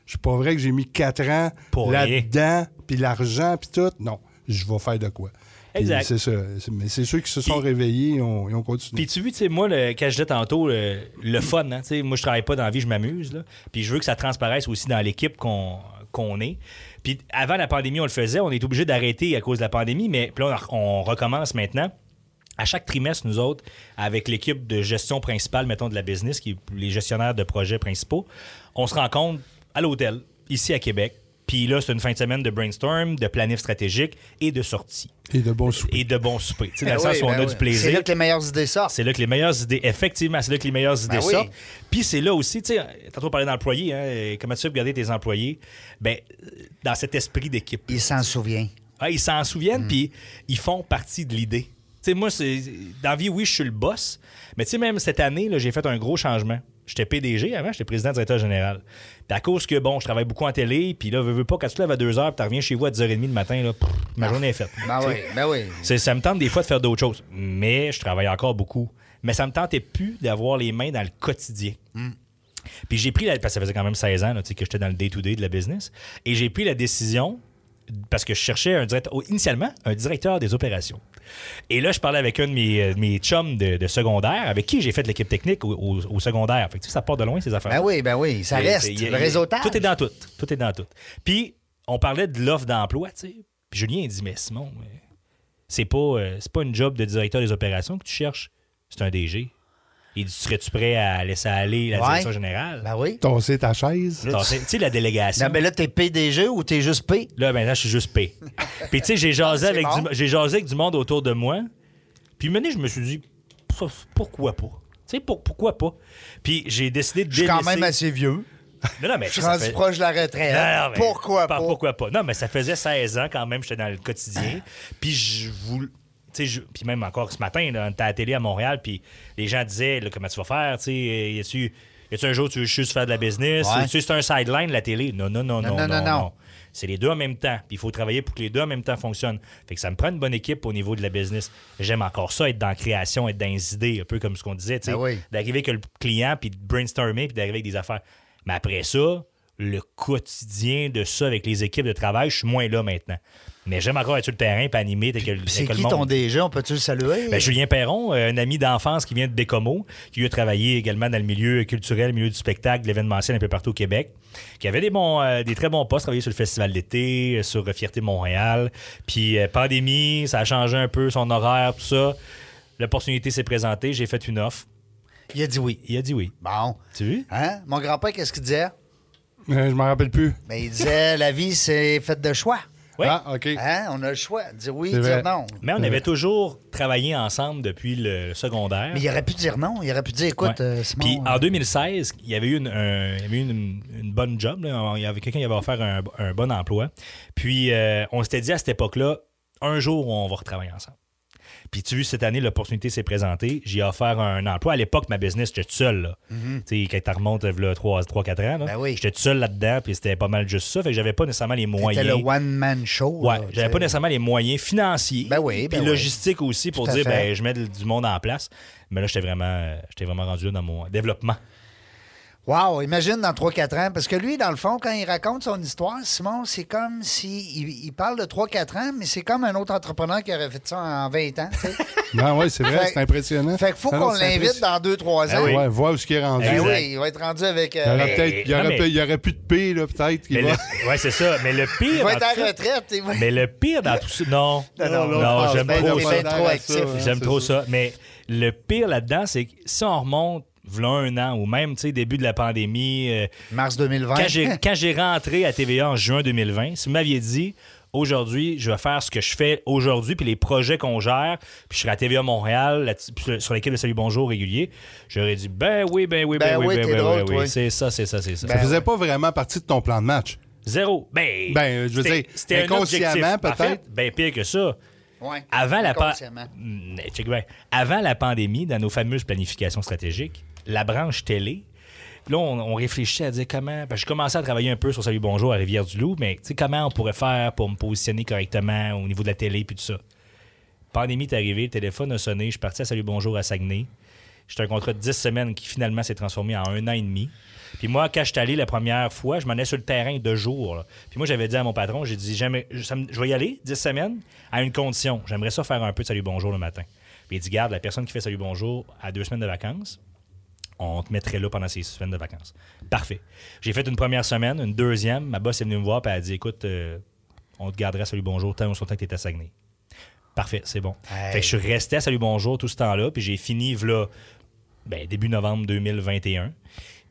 [SPEAKER 4] c'est pas vrai que j'ai mis quatre ans
[SPEAKER 3] Pour rien.
[SPEAKER 4] là-dedans puis l'argent puis tout non je vais faire de quoi Puis
[SPEAKER 3] Exact.
[SPEAKER 4] C'est ça. C'est- Mais c'est ceux qui se sont
[SPEAKER 3] Puis-
[SPEAKER 4] réveillés, ils ont, ils ont continué.
[SPEAKER 3] Puis tu vois, tu sais, moi, le, quand je disais tantôt, le, le fun, hein, tu sais, moi, je travaille pas dans la vie, je m'amuse. là. Puis je veux que ça transparaisse aussi dans l'équipe qu'on qu'on est. Puis avant la pandémie, on le faisait, on est obligé d'arrêter à cause de la pandémie, mais puis là, on, on recommence maintenant. à chaque trimestre, nous autres, avec l'équipe de gestion principale, mettons, de la business, qui est les gestionnaires de projets principaux, on se rencontre à l'hôtel, ici à Québec. Puis là, c'est une fin de semaine de brainstorm, de planif stratégique et de sortie.
[SPEAKER 4] Et de bons soupers.
[SPEAKER 3] Et de bons soupers. Tu sais,
[SPEAKER 2] Ben
[SPEAKER 3] dans le sens
[SPEAKER 2] oui,
[SPEAKER 3] où on
[SPEAKER 2] ben oui.
[SPEAKER 3] a du plaisir.
[SPEAKER 2] C'est là que les meilleures idées sortent.
[SPEAKER 3] C'est là que les meilleures idées, effectivement, c'est là que les meilleures idées
[SPEAKER 2] oui.
[SPEAKER 3] sortent. Puis c'est là aussi, tu sais, tantôt on parlait d'employés, hein, et comment tu fais pour garder tes employés? Ben, dans cet esprit d'équipe.
[SPEAKER 2] Il s'en souvient.
[SPEAKER 3] Ah, ils s'en souviennent, puis ils font partie de l'idée. Tu sais, moi, c'est- dans la vie, oui, je suis le boss, mais tu sais, même cette année, là, j'ai fait un gros changement. J'étais PDG avant, j'étais président directeur général. Puis à cause que, bon, je travaille beaucoup en télé, puis là, veux, veux pas, quand tu te lèves à 2h, puis tu reviens chez vous à 10h30 le matin, là, pff, ma journée est faite.
[SPEAKER 2] Ben oui, ben oui.
[SPEAKER 3] C'est- ça me tente des fois de faire d'autres choses, mais je travaille encore beaucoup. Mais ça me tentait plus d'avoir les mains dans le quotidien. Puis j'ai pris la... Parce que ça faisait quand même 16 ans là, tu sais, que j'étais dans le day-to-day de la business. Et j'ai pris la décision, parce que je cherchais un directeur... oh, Initialement, un directeur des opérations. Et là, je parlais avec un de mes, euh, mes chums de, de secondaire, avec qui j'ai fait l'équipe technique au, au- au secondaire. Fait que, tu sais, ça part de loin, ces affaires
[SPEAKER 2] Ben oui, ben oui, ça
[SPEAKER 3] c'est-
[SPEAKER 2] reste.
[SPEAKER 3] c'est- y a-
[SPEAKER 2] le
[SPEAKER 3] y a-
[SPEAKER 2] réseautage.
[SPEAKER 3] Tout est dans tout. Tout est dans tout. Puis, on parlait de l'offre d'emploi, tu sais. Puis Julien il dit Mais Simon, euh, c'est pas, euh, c'est pas une job de directeur des opérations que tu cherches, c'est un DG. Il dit Serais-tu prêt à laisser aller la
[SPEAKER 2] Ouais.
[SPEAKER 3] direction générale
[SPEAKER 2] Ben oui.
[SPEAKER 4] Tasser ta chaise.
[SPEAKER 3] Attends, Tu sais, la délégation.
[SPEAKER 2] Non, mais là, t'es PDG ou t'es juste P?
[SPEAKER 3] Là, maintenant, je suis juste P. Puis, tu sais, j'ai jasé,
[SPEAKER 2] C'est
[SPEAKER 3] avec
[SPEAKER 2] bon.
[SPEAKER 3] du- j'ai jasé avec du monde autour de moi. Puis, maintenant, je me suis dit Pour- Pourquoi pas Tu sais, pour- pourquoi pas Puis, j'ai décidé de
[SPEAKER 2] Je suis quand
[SPEAKER 3] délaisser-
[SPEAKER 2] même assez vieux.
[SPEAKER 3] Non, non, mais
[SPEAKER 2] Je suis
[SPEAKER 3] Ben, ça, ça
[SPEAKER 2] rendu
[SPEAKER 3] fait-
[SPEAKER 2] proche de la retraite.
[SPEAKER 3] Non, non, mais-
[SPEAKER 2] pourquoi
[SPEAKER 3] par-
[SPEAKER 2] pas?
[SPEAKER 3] hein? Pourquoi pas? Non, mais ça faisait 16 ans quand même, j'étais dans le quotidien. puis je voulais. tu sais, je- puis même encore ce matin, là, on était à la télé à Montréal, puis les gens disaient là, comment tu vas faire, tu sais, y a-tu. y a-tu un jour où tu veux juste faire de la business?
[SPEAKER 2] Ouais.
[SPEAKER 3] Ou tu sais, c'est un sideline, la télé? Non, non, non, non, non, non.
[SPEAKER 2] non.
[SPEAKER 3] C'est les deux en même temps. Puis il faut travailler pour que les deux en même temps fonctionnent. Fait que ça me prend une bonne équipe au niveau de la business. J'aime encore ça, être dans la création, être dans les idées, un peu comme ce qu'on disait, tu sais,
[SPEAKER 2] Ben oui.
[SPEAKER 3] d'arriver avec le client, puis de brainstormer, puis d'arriver avec des affaires. Mais après ça, le quotidien de ça avec les équipes de travail, je suis moins là maintenant. Mais j'aime encore être sur le terrain, puis animer, avec le-
[SPEAKER 2] Puis C'est
[SPEAKER 3] avec le
[SPEAKER 2] qui
[SPEAKER 3] monde.
[SPEAKER 2] ton DG? On peut-tu le saluer?
[SPEAKER 3] Ben, Julien Perron, euh, un ami d'enfance qui vient de Bécomo, qui lui a travaillé également dans le milieu culturel, le milieu du spectacle, de l'événementiel un peu partout au Québec, qui avait des, bons, euh, des très bons postes, travaillé sur le Festival d'été, euh, sur euh, Fierté Montréal. Puis euh, pandémie, ça a changé un peu son horaire, tout ça. L'opportunité s'est présentée, j'ai fait une offre.
[SPEAKER 2] Il a dit oui.
[SPEAKER 3] Il a dit oui.
[SPEAKER 2] Bon.
[SPEAKER 3] Tu veux?
[SPEAKER 2] Hein? Mon grand-père, qu'est-ce qu'il disait?
[SPEAKER 3] Mm.
[SPEAKER 4] Euh, je m'en rappelle plus.
[SPEAKER 2] Ben, il disait la vie, c'est faite de choix.
[SPEAKER 3] Ouais.
[SPEAKER 4] Ah, OK.
[SPEAKER 2] Hein? On a le choix. Dire oui,
[SPEAKER 4] C'est
[SPEAKER 2] dire
[SPEAKER 4] vrai.
[SPEAKER 2] non.
[SPEAKER 3] Mais on avait toujours travaillé ensemble depuis le secondaire.
[SPEAKER 2] Mais il aurait pu dire non. Il aurait pu dire, écoute,
[SPEAKER 3] Ouais.
[SPEAKER 2] euh, Simon,
[SPEAKER 3] Puis
[SPEAKER 2] euh,
[SPEAKER 3] en 2016, il y avait eu une, un- il y avait eu une, une bonne job. là. Il y avait quelqu'un qui avait offert un, un bon emploi. Puis euh, on s'était dit à cette époque-là, un jour, on va retravailler ensemble. Puis tu vois, cette année, l'opportunité s'est présentée. J'ai offert un emploi. À l'époque, ma business, j'étais tout seul. là. Tu sais, quand tu remontes euh, 3-4 ans, là,
[SPEAKER 2] Mm-hmm. Ben oui.
[SPEAKER 3] j'étais tout seul là-dedans. Puis c'était pas mal juste ça. Fait que j'avais pas nécessairement les
[SPEAKER 2] c'était
[SPEAKER 3] moyens.
[SPEAKER 2] le one-man show.
[SPEAKER 3] Ouais,
[SPEAKER 2] là,
[SPEAKER 3] j'avais
[SPEAKER 2] tu sais.
[SPEAKER 3] pas nécessairement les moyens financiers.
[SPEAKER 2] Ben oui, ben
[SPEAKER 3] puis
[SPEAKER 2] oui.
[SPEAKER 3] logistique aussi pour
[SPEAKER 2] à
[SPEAKER 3] dire,
[SPEAKER 2] fait.
[SPEAKER 3] ben, je mets de- du monde en place. Mais là, j'étais vraiment, euh, j'étais vraiment rendu là dans mon développement.
[SPEAKER 2] Wow, imagine dans 3-4 ans. Parce que lui, dans le fond, quand il raconte son histoire, Simon, c'est comme si il, il parle de 3-4 ans, mais c'est comme un autre entrepreneur qui aurait fait ça en 20 ans. tu sais.
[SPEAKER 4] Non, ouais, c'est vrai,
[SPEAKER 2] Fait-
[SPEAKER 4] c'est impressionnant. Ah
[SPEAKER 2] fait qu'il faut
[SPEAKER 3] Ah
[SPEAKER 4] Non, non,
[SPEAKER 2] qu'on
[SPEAKER 4] c'est
[SPEAKER 2] l'invite dans 2-3 ans.
[SPEAKER 3] Ben oui.
[SPEAKER 4] Ouais, voir où ce qui est rendu.
[SPEAKER 2] Ben
[SPEAKER 3] Exact. Ben
[SPEAKER 2] oui, il va être rendu avec. euh,
[SPEAKER 4] Il y aurait
[SPEAKER 3] Mais-
[SPEAKER 4] peut-être- il y
[SPEAKER 3] non,
[SPEAKER 4] aurait,
[SPEAKER 3] mais-
[SPEAKER 4] pe- il y aurait plus de paix, là, peut-être. qu'il
[SPEAKER 3] Mais
[SPEAKER 4] va-
[SPEAKER 3] le- ouais, c'est ça. Mais le
[SPEAKER 2] il
[SPEAKER 3] pire.
[SPEAKER 2] va
[SPEAKER 3] dans
[SPEAKER 2] être à
[SPEAKER 3] tout
[SPEAKER 2] la
[SPEAKER 3] ça-
[SPEAKER 2] retraite. il va-
[SPEAKER 3] Mais le pire dans tout ça. Non.
[SPEAKER 2] Non, non, non,
[SPEAKER 3] non,
[SPEAKER 4] je
[SPEAKER 3] j'aime
[SPEAKER 4] pense
[SPEAKER 2] ça.
[SPEAKER 3] trop
[SPEAKER 4] pas
[SPEAKER 2] J'aime
[SPEAKER 4] qu'on adhère à
[SPEAKER 2] trop
[SPEAKER 4] hein,
[SPEAKER 2] actif.
[SPEAKER 3] J'aime
[SPEAKER 4] c'est
[SPEAKER 3] trop ça. Mais le pire là-dedans, c'est que si on remonte v'là un an ou même, tu sais, début de la pandémie, euh,
[SPEAKER 2] Mars 2020.
[SPEAKER 3] quand j'ai- quand j'ai rentré à TVA en juin 2020, si vous m'aviez dit aujourd'hui, je vais faire ce que je fais aujourd'hui, puis les projets qu'on gère, puis je serai à TVA Montréal, là- puis sur- sur l'équipe de Salut Bonjour régulier, j'aurais dit ben oui, ben oui, ben,
[SPEAKER 2] Ben oui,
[SPEAKER 3] oui, ben
[SPEAKER 2] t'es
[SPEAKER 3] oui, ben
[SPEAKER 2] drôle,
[SPEAKER 3] oui,
[SPEAKER 2] toi.
[SPEAKER 3] c'est ça, c'est ça, c'est ça.
[SPEAKER 4] Ça faisait pas vraiment partie de ton plan de match.
[SPEAKER 3] Zéro. Ben,
[SPEAKER 4] Ben, je veux
[SPEAKER 3] c'était-
[SPEAKER 4] dire,
[SPEAKER 3] c'était un
[SPEAKER 4] inconsciemment,
[SPEAKER 3] objectif. En fait,
[SPEAKER 4] peut-être.
[SPEAKER 3] ben pire que ça.
[SPEAKER 2] Ouais,
[SPEAKER 3] Avant la, pan-
[SPEAKER 2] inconsciemment.
[SPEAKER 3] Mm, check bien. Avant la pandémie, dans nos fameuses planifications stratégiques, la branche télé, puis là, on, on réfléchissait à dire comment. Parce que je commençais à travailler un peu sur Salut Bonjour à Rivière-du-Loup, mais tu sais, comment on pourrait faire pour me positionner correctement au niveau de la télé puis tout ça. Pandémie est arrivée, le téléphone a sonné, je suis parti à Salut Bonjour à Saguenay. J'étais un contrat de 10 semaines qui finalement s'est transformé en un an et demi. Puis moi, quand je suis allé la première fois, je m'en allais sur le terrain deux jours. là. Puis moi, j'avais dit à mon patron, j'ai dit, jamais, je, ça me- je vais y aller 10 semaines à une condition. J'aimerais ça faire un peu de Salut Bonjour le matin. Puis il dit, garde, la personne qui fait Salut Bonjour à deux semaines de vacances, on te mettrait là pendant ces semaines de vacances. Parfait. J'ai fait une première semaine, une deuxième. Ma boss est venue me voir et elle a dit Écoute, euh, on te gardera salut bonjour tant ou son temps que tu à Saguenay. Parfait, c'est bon.
[SPEAKER 2] Hey.
[SPEAKER 3] Fait que je suis resté à Salut Bonjour tout ce temps-là, puis j'ai fini v'là, ben, début novembre 2021.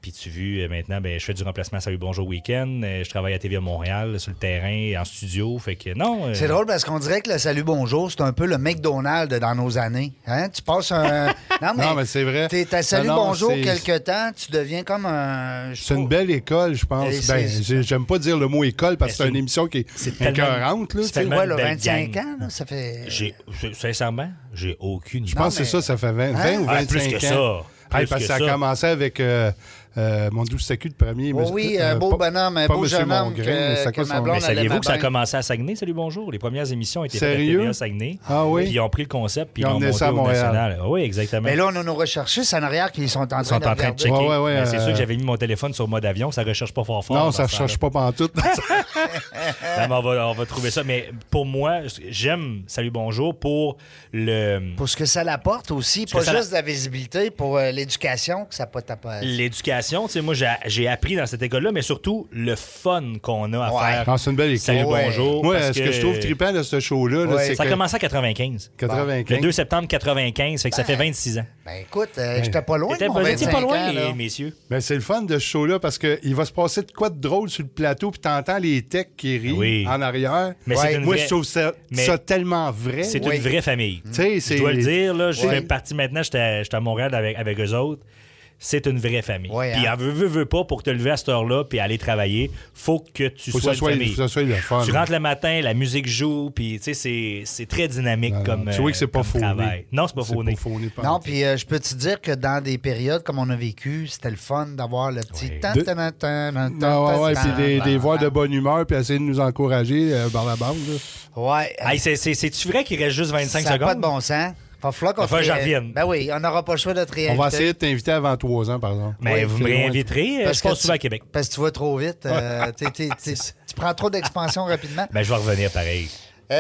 [SPEAKER 3] Puis tu vu, euh, maintenant, ben, je fais du remplacement à Salut Bonjour Week-end. euh, Je travaille à TVA Montréal, sur le terrain, en studio. Fait que non. euh,
[SPEAKER 2] C'est drôle parce qu'on dirait que le Salut Bonjour, c'est un peu le McDonald's dans nos années. Hein? Tu passes un. Non,
[SPEAKER 4] Non, mais c'est vrai.
[SPEAKER 2] T'es à Salut
[SPEAKER 4] Non, non,
[SPEAKER 2] Bonjour
[SPEAKER 4] c'est-
[SPEAKER 2] quelque temps, tu deviens comme un. je sais
[SPEAKER 4] C'est une
[SPEAKER 2] pas.
[SPEAKER 4] belle école, je pense.
[SPEAKER 2] Oh. Et
[SPEAKER 4] Ben,
[SPEAKER 2] c'est-
[SPEAKER 4] j'ai- j'aime pas dire le mot école parce que
[SPEAKER 3] Mais
[SPEAKER 4] c'est
[SPEAKER 3] c'est
[SPEAKER 4] une
[SPEAKER 3] une-
[SPEAKER 4] émission qui
[SPEAKER 3] c'est
[SPEAKER 4] est
[SPEAKER 3] tellement-
[SPEAKER 4] écœurante.
[SPEAKER 3] c'est
[SPEAKER 4] là, tu sais.
[SPEAKER 2] Tu
[SPEAKER 3] tellement
[SPEAKER 2] vois, là,
[SPEAKER 3] une belle
[SPEAKER 2] 25
[SPEAKER 3] gang.
[SPEAKER 2] ans, là, ça fait.
[SPEAKER 3] J'ai, sincèrement, j'ai aucune.
[SPEAKER 4] Je pense que
[SPEAKER 2] mais-
[SPEAKER 4] c'est ça, ça fait 20,
[SPEAKER 2] Hein?
[SPEAKER 4] 20 ou 25
[SPEAKER 3] Ah, plus que
[SPEAKER 4] ans.
[SPEAKER 3] ça. Plus
[SPEAKER 4] Hey, parce que
[SPEAKER 3] que
[SPEAKER 4] ça a
[SPEAKER 3] ça.
[SPEAKER 4] commencé avec euh, euh, mon douce sécu de premier.
[SPEAKER 2] Oh
[SPEAKER 4] monsieur-
[SPEAKER 2] oui, un
[SPEAKER 4] euh,
[SPEAKER 2] beau
[SPEAKER 4] pas-
[SPEAKER 2] bonhomme, un
[SPEAKER 4] pas
[SPEAKER 2] beau
[SPEAKER 4] monsieur
[SPEAKER 2] jeune homme
[SPEAKER 4] Mongrain,
[SPEAKER 2] que-
[SPEAKER 4] mais c'est
[SPEAKER 2] que
[SPEAKER 4] quoi
[SPEAKER 2] ma
[SPEAKER 4] son-
[SPEAKER 2] blonde-
[SPEAKER 3] Mais saviez-vous
[SPEAKER 2] allait
[SPEAKER 3] que ça a
[SPEAKER 2] bien.
[SPEAKER 3] commencé à Saguenay, Salut Bonjour? Les premières émissions étaient faites à
[SPEAKER 4] Sérieux?
[SPEAKER 3] TVA Saguenay.
[SPEAKER 4] Ah oui?
[SPEAKER 3] Puis ils ont pris le concept, puis
[SPEAKER 4] Ils
[SPEAKER 3] ils
[SPEAKER 4] ont
[SPEAKER 3] l'ont
[SPEAKER 4] amené
[SPEAKER 3] monté
[SPEAKER 4] ça à
[SPEAKER 3] au
[SPEAKER 4] Montréal.
[SPEAKER 3] national. Ah Oui, exactement.
[SPEAKER 2] Mais là, on a nos recherchistes en arrière qui sont en train
[SPEAKER 3] Ils sont
[SPEAKER 2] de
[SPEAKER 3] en train de
[SPEAKER 2] regarder.
[SPEAKER 3] checker.
[SPEAKER 4] Ouais, ouais, ouais,
[SPEAKER 3] Ben, c'est
[SPEAKER 4] euh,
[SPEAKER 3] sûr que j'avais mis mon téléphone sur mode avion, ça recherche pas fort fort.
[SPEAKER 4] Non,
[SPEAKER 3] dans
[SPEAKER 4] ça ne
[SPEAKER 3] ce temps-là.
[SPEAKER 4] recherche pas pantoute.
[SPEAKER 3] Non, mais on, va, on va trouver ça. Mais pour moi, j'aime Salut Bonjour pour le.
[SPEAKER 2] Pour ce que ça l'apporte aussi,
[SPEAKER 3] que
[SPEAKER 2] pas
[SPEAKER 3] ça
[SPEAKER 2] juste de la visibilité, pour euh, l'éducation que ça peut t'apporter.
[SPEAKER 3] L'éducation, tu sais, moi, j'ai- j'ai appris dans cette école-là, mais surtout le fun qu'on a à
[SPEAKER 2] Ouais.
[SPEAKER 3] faire.
[SPEAKER 4] Non, c'est une belle école.
[SPEAKER 3] Salut,
[SPEAKER 2] Ouais.
[SPEAKER 3] bonjour.
[SPEAKER 4] Moi,
[SPEAKER 3] parce
[SPEAKER 4] ce que je trouve trippant de ce show-là, là,
[SPEAKER 2] Ouais.
[SPEAKER 4] c'est
[SPEAKER 3] Ça a
[SPEAKER 4] que
[SPEAKER 3] commencé à 95. Le
[SPEAKER 4] 95.
[SPEAKER 3] 2 septembre 95, fait que ça fait 26 ans.
[SPEAKER 2] Ben écoute, euh, j'étais pas loin. de
[SPEAKER 3] T'étais
[SPEAKER 2] mon
[SPEAKER 3] pas, t'étais
[SPEAKER 2] 25
[SPEAKER 3] pas loin,
[SPEAKER 2] ans,
[SPEAKER 3] les
[SPEAKER 2] là.
[SPEAKER 3] messieurs.
[SPEAKER 4] Ben, c'est le fun de ce show-là parce qu'il va se passer de quoi de drôle sur le plateau, puis t'entends les techs qui rient
[SPEAKER 3] Oui.
[SPEAKER 4] en arrière.
[SPEAKER 3] Mais c'est une
[SPEAKER 4] Moi,
[SPEAKER 3] vraie-
[SPEAKER 4] je trouve ça,
[SPEAKER 3] mais-
[SPEAKER 4] ça tellement vrai.
[SPEAKER 3] C'est
[SPEAKER 2] Oui.
[SPEAKER 3] une vraie famille.
[SPEAKER 4] Tu sais,
[SPEAKER 3] Je
[SPEAKER 4] c'est-
[SPEAKER 3] dois le dire, là, je
[SPEAKER 2] Ouais.
[SPEAKER 3] fais partie maintenant, j'étais à- j'étais à Montréal avec, avec eux autres. C'est une vraie famille.
[SPEAKER 2] Ouais,
[SPEAKER 3] puis
[SPEAKER 2] hein.
[SPEAKER 3] elle veut, veut, veut pas pour te lever à cette heure-là puis aller travailler. Faut que tu
[SPEAKER 4] Faut que
[SPEAKER 3] sois
[SPEAKER 4] ça
[SPEAKER 3] une
[SPEAKER 4] soit,
[SPEAKER 3] famille.
[SPEAKER 4] faut que ça soit le fun.
[SPEAKER 3] Tu rentres le matin, la musique joue, puis tu sais, c'est- c'est très dynamique
[SPEAKER 4] Non, non,
[SPEAKER 3] comme.
[SPEAKER 4] tu vois que c'est
[SPEAKER 3] euh,
[SPEAKER 4] pas
[SPEAKER 3] comme
[SPEAKER 4] faux.
[SPEAKER 3] travail. Non, c'est pas faux.
[SPEAKER 2] Non, puis euh, je peux te dire que dans des périodes comme on a vécu, c'était le fun d'avoir le petit...
[SPEAKER 3] Ouais.
[SPEAKER 2] tan,
[SPEAKER 4] De-
[SPEAKER 2] tan, tan, tan,
[SPEAKER 4] Non, ouais,
[SPEAKER 2] tan,
[SPEAKER 4] ouais,
[SPEAKER 2] tan,
[SPEAKER 4] puis des,
[SPEAKER 2] tan,
[SPEAKER 4] des
[SPEAKER 2] tan.
[SPEAKER 4] voix de bonne humeur, puis essayer de nous encourager euh, par la bande. là.
[SPEAKER 2] Ouais, euh,
[SPEAKER 3] Hey, c'est- c'est- C'est-tu vrai qu'il reste juste 25
[SPEAKER 2] ça n'a
[SPEAKER 3] secondes?
[SPEAKER 2] pas de bon sens. Va falloir qu'on
[SPEAKER 3] Enfin,
[SPEAKER 2] te-
[SPEAKER 3] j'en revienne.
[SPEAKER 2] Ben oui, on n'aura pas le choix de te réinviter.
[SPEAKER 4] On va essayer de t'inviter avant trois ans, par exemple.
[SPEAKER 3] Mais
[SPEAKER 4] Ouais,
[SPEAKER 3] vous
[SPEAKER 4] c'est
[SPEAKER 3] me
[SPEAKER 4] loin.
[SPEAKER 3] réinviterez. euh,
[SPEAKER 2] Parce
[SPEAKER 3] Je passe
[SPEAKER 2] que
[SPEAKER 3] souvent
[SPEAKER 2] tu-
[SPEAKER 3] à Québec.
[SPEAKER 2] Parce que tu vas trop vite. euh, t'es- t'es- t'es- tu prends trop d'expansion rapidement.
[SPEAKER 3] Ben, je vais revenir pareil.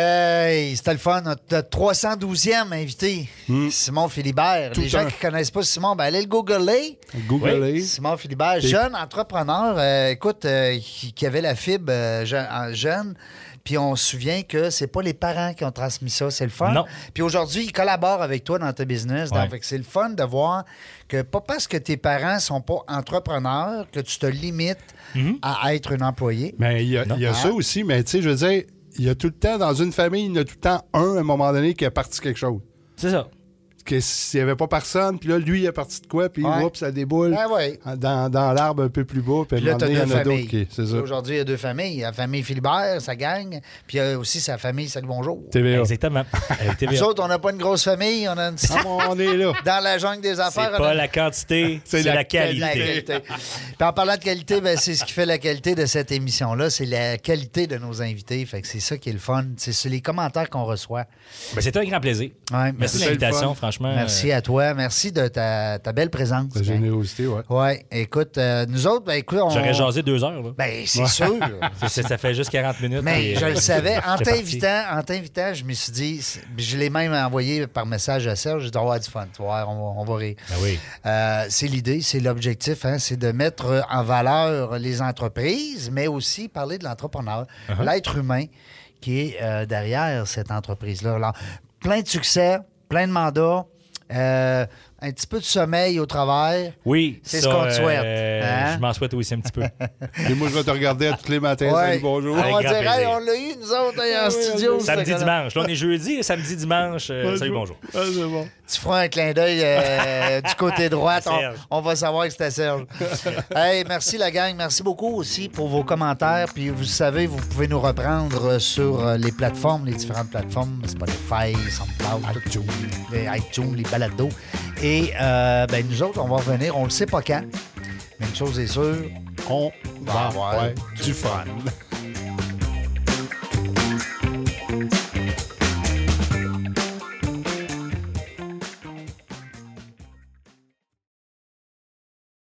[SPEAKER 2] Hey, c'était le fun. Notre 312e invité, Simon Philibert.
[SPEAKER 4] Hmm. Tout
[SPEAKER 2] Les gens
[SPEAKER 4] un.
[SPEAKER 2] qui ne connaissez pas Simon, ben allez le googler.
[SPEAKER 4] Googlez.
[SPEAKER 2] Simon Philibert, jeune entrepreneur, euh, écoute, euh, qui, qui avait la fibre euh, je- en- jeune. Puis on se souvient que c'est pas les parents qui ont transmis ça, c'est le fun.
[SPEAKER 3] Non.
[SPEAKER 2] Puis aujourd'hui, ils collaborent avec toi dans tes business. Donc,
[SPEAKER 3] Ouais.
[SPEAKER 2] fait que c'est le fun de voir que pas parce que tes parents sont pas entrepreneurs que tu te limites à être un employé.
[SPEAKER 4] Mais il y a, il y a
[SPEAKER 2] Non.
[SPEAKER 4] ça aussi, mais tu sais, je veux dire, il y a tout le temps, dans une famille, il y en a tout le temps un, à un moment donné, qui a parti quelque chose.
[SPEAKER 3] C'est ça.
[SPEAKER 4] Que s'il n'y avait pas personne, puis là, lui, il a parti de quoi, puis
[SPEAKER 2] Ouais.
[SPEAKER 4] oups, ça déboule
[SPEAKER 2] Ah ouais.
[SPEAKER 4] dans, dans l'arbre un peu plus bas, puis à un
[SPEAKER 2] Puis là,
[SPEAKER 4] moment
[SPEAKER 2] t'as
[SPEAKER 4] donné,
[SPEAKER 2] deux
[SPEAKER 4] il y en a
[SPEAKER 2] familles.
[SPEAKER 4] d'autres qui. C'est ça.
[SPEAKER 2] Aujourd'hui, il y a deux familles. La famille Philibert, ça gagne. Puis il y a aussi sa famille, c'est le bonjour.
[SPEAKER 4] TVA.
[SPEAKER 3] Exactement. Euh, TVA.
[SPEAKER 2] Nous autres, on n'a pas une grosse famille. On a une...
[SPEAKER 4] Ah, bon, on est là.
[SPEAKER 2] Dans la jungle des affaires,
[SPEAKER 3] C'est
[SPEAKER 2] on a
[SPEAKER 3] pas la quantité, c'est la, qualité.
[SPEAKER 2] La qualité. Puis en parlant de qualité, ben, c'est ce qui fait la qualité de cette émission-là, c'est la qualité de nos invités. Fait que c'est ça qui est le fun. C'est c'est les commentaires qu'on reçoit.
[SPEAKER 3] Ben, C'était un grand plaisir.
[SPEAKER 2] Ouais,
[SPEAKER 3] Merci de
[SPEAKER 4] c'était le fun.
[SPEAKER 3] l'invitation, franchement.
[SPEAKER 2] Merci à toi. Merci de ta, ta belle présence.
[SPEAKER 4] La générosité, ouais.
[SPEAKER 2] Oui, écoute, euh, nous autres, ben, écoute, on.
[SPEAKER 3] Euh, J'aurais jasé deux heures. là.
[SPEAKER 2] Ben, c'est sûr.
[SPEAKER 3] Ça- ça, ça fait juste 40 minutes.
[SPEAKER 2] Mais
[SPEAKER 3] puis,
[SPEAKER 2] je
[SPEAKER 3] euh,
[SPEAKER 2] le savais. En
[SPEAKER 3] j'étais parti.
[SPEAKER 2] t'invitant, en t'invitant, je me suis dit, c'est- je l'ai même envoyé par message à Serge, j'ai dit, on va avoir du fun, tu vois, on va, on va rire.
[SPEAKER 3] Ben oui.
[SPEAKER 2] Euh, c'est l'idée, c'est l'objectif, hein, c'est de mettre en valeur les entreprises, mais aussi parler de l'entrepreneur,
[SPEAKER 3] Uh-huh.
[SPEAKER 2] l'être humain qui est euh, derrière cette entreprise-là. Alors, plein de succès, plein de mandats, euh, un petit peu de sommeil au travail.
[SPEAKER 3] Oui,
[SPEAKER 2] C'est
[SPEAKER 3] ça,
[SPEAKER 2] ce qu'on te
[SPEAKER 3] euh,
[SPEAKER 2] souhaite, hein?
[SPEAKER 3] Je m'en souhaite aussi un petit peu.
[SPEAKER 4] Et moi, je vais te regarder à tous les matins. Salut, bonjour. Ah
[SPEAKER 2] On va
[SPEAKER 3] Avec grand
[SPEAKER 2] dire, hey,
[SPEAKER 3] plaisir.
[SPEAKER 2] on l'a eu, nous autres, hein, en studio.
[SPEAKER 3] samedi,
[SPEAKER 2] ce
[SPEAKER 3] dimanche. Là, on est jeudi et samedi, dimanche. euh, salut, bonjour.
[SPEAKER 4] Ah, c'est bon.
[SPEAKER 2] Tu feras un clin d'œil euh, du côté droit.
[SPEAKER 3] À Serge.
[SPEAKER 2] On, on va savoir que c'était Serge. hey, merci la gang. Merci beaucoup aussi pour vos commentaires. Puis vous savez, vous pouvez nous reprendre euh, sur euh, les plateformes, les différentes plateformes. Spotify, SoundCloud, iTunes, les, iTunes, les balados. Et euh, ben, nous autres, on va revenir. On le sait pas quand. Mais une chose est sûure,
[SPEAKER 4] On
[SPEAKER 2] va avoir
[SPEAKER 4] du fun.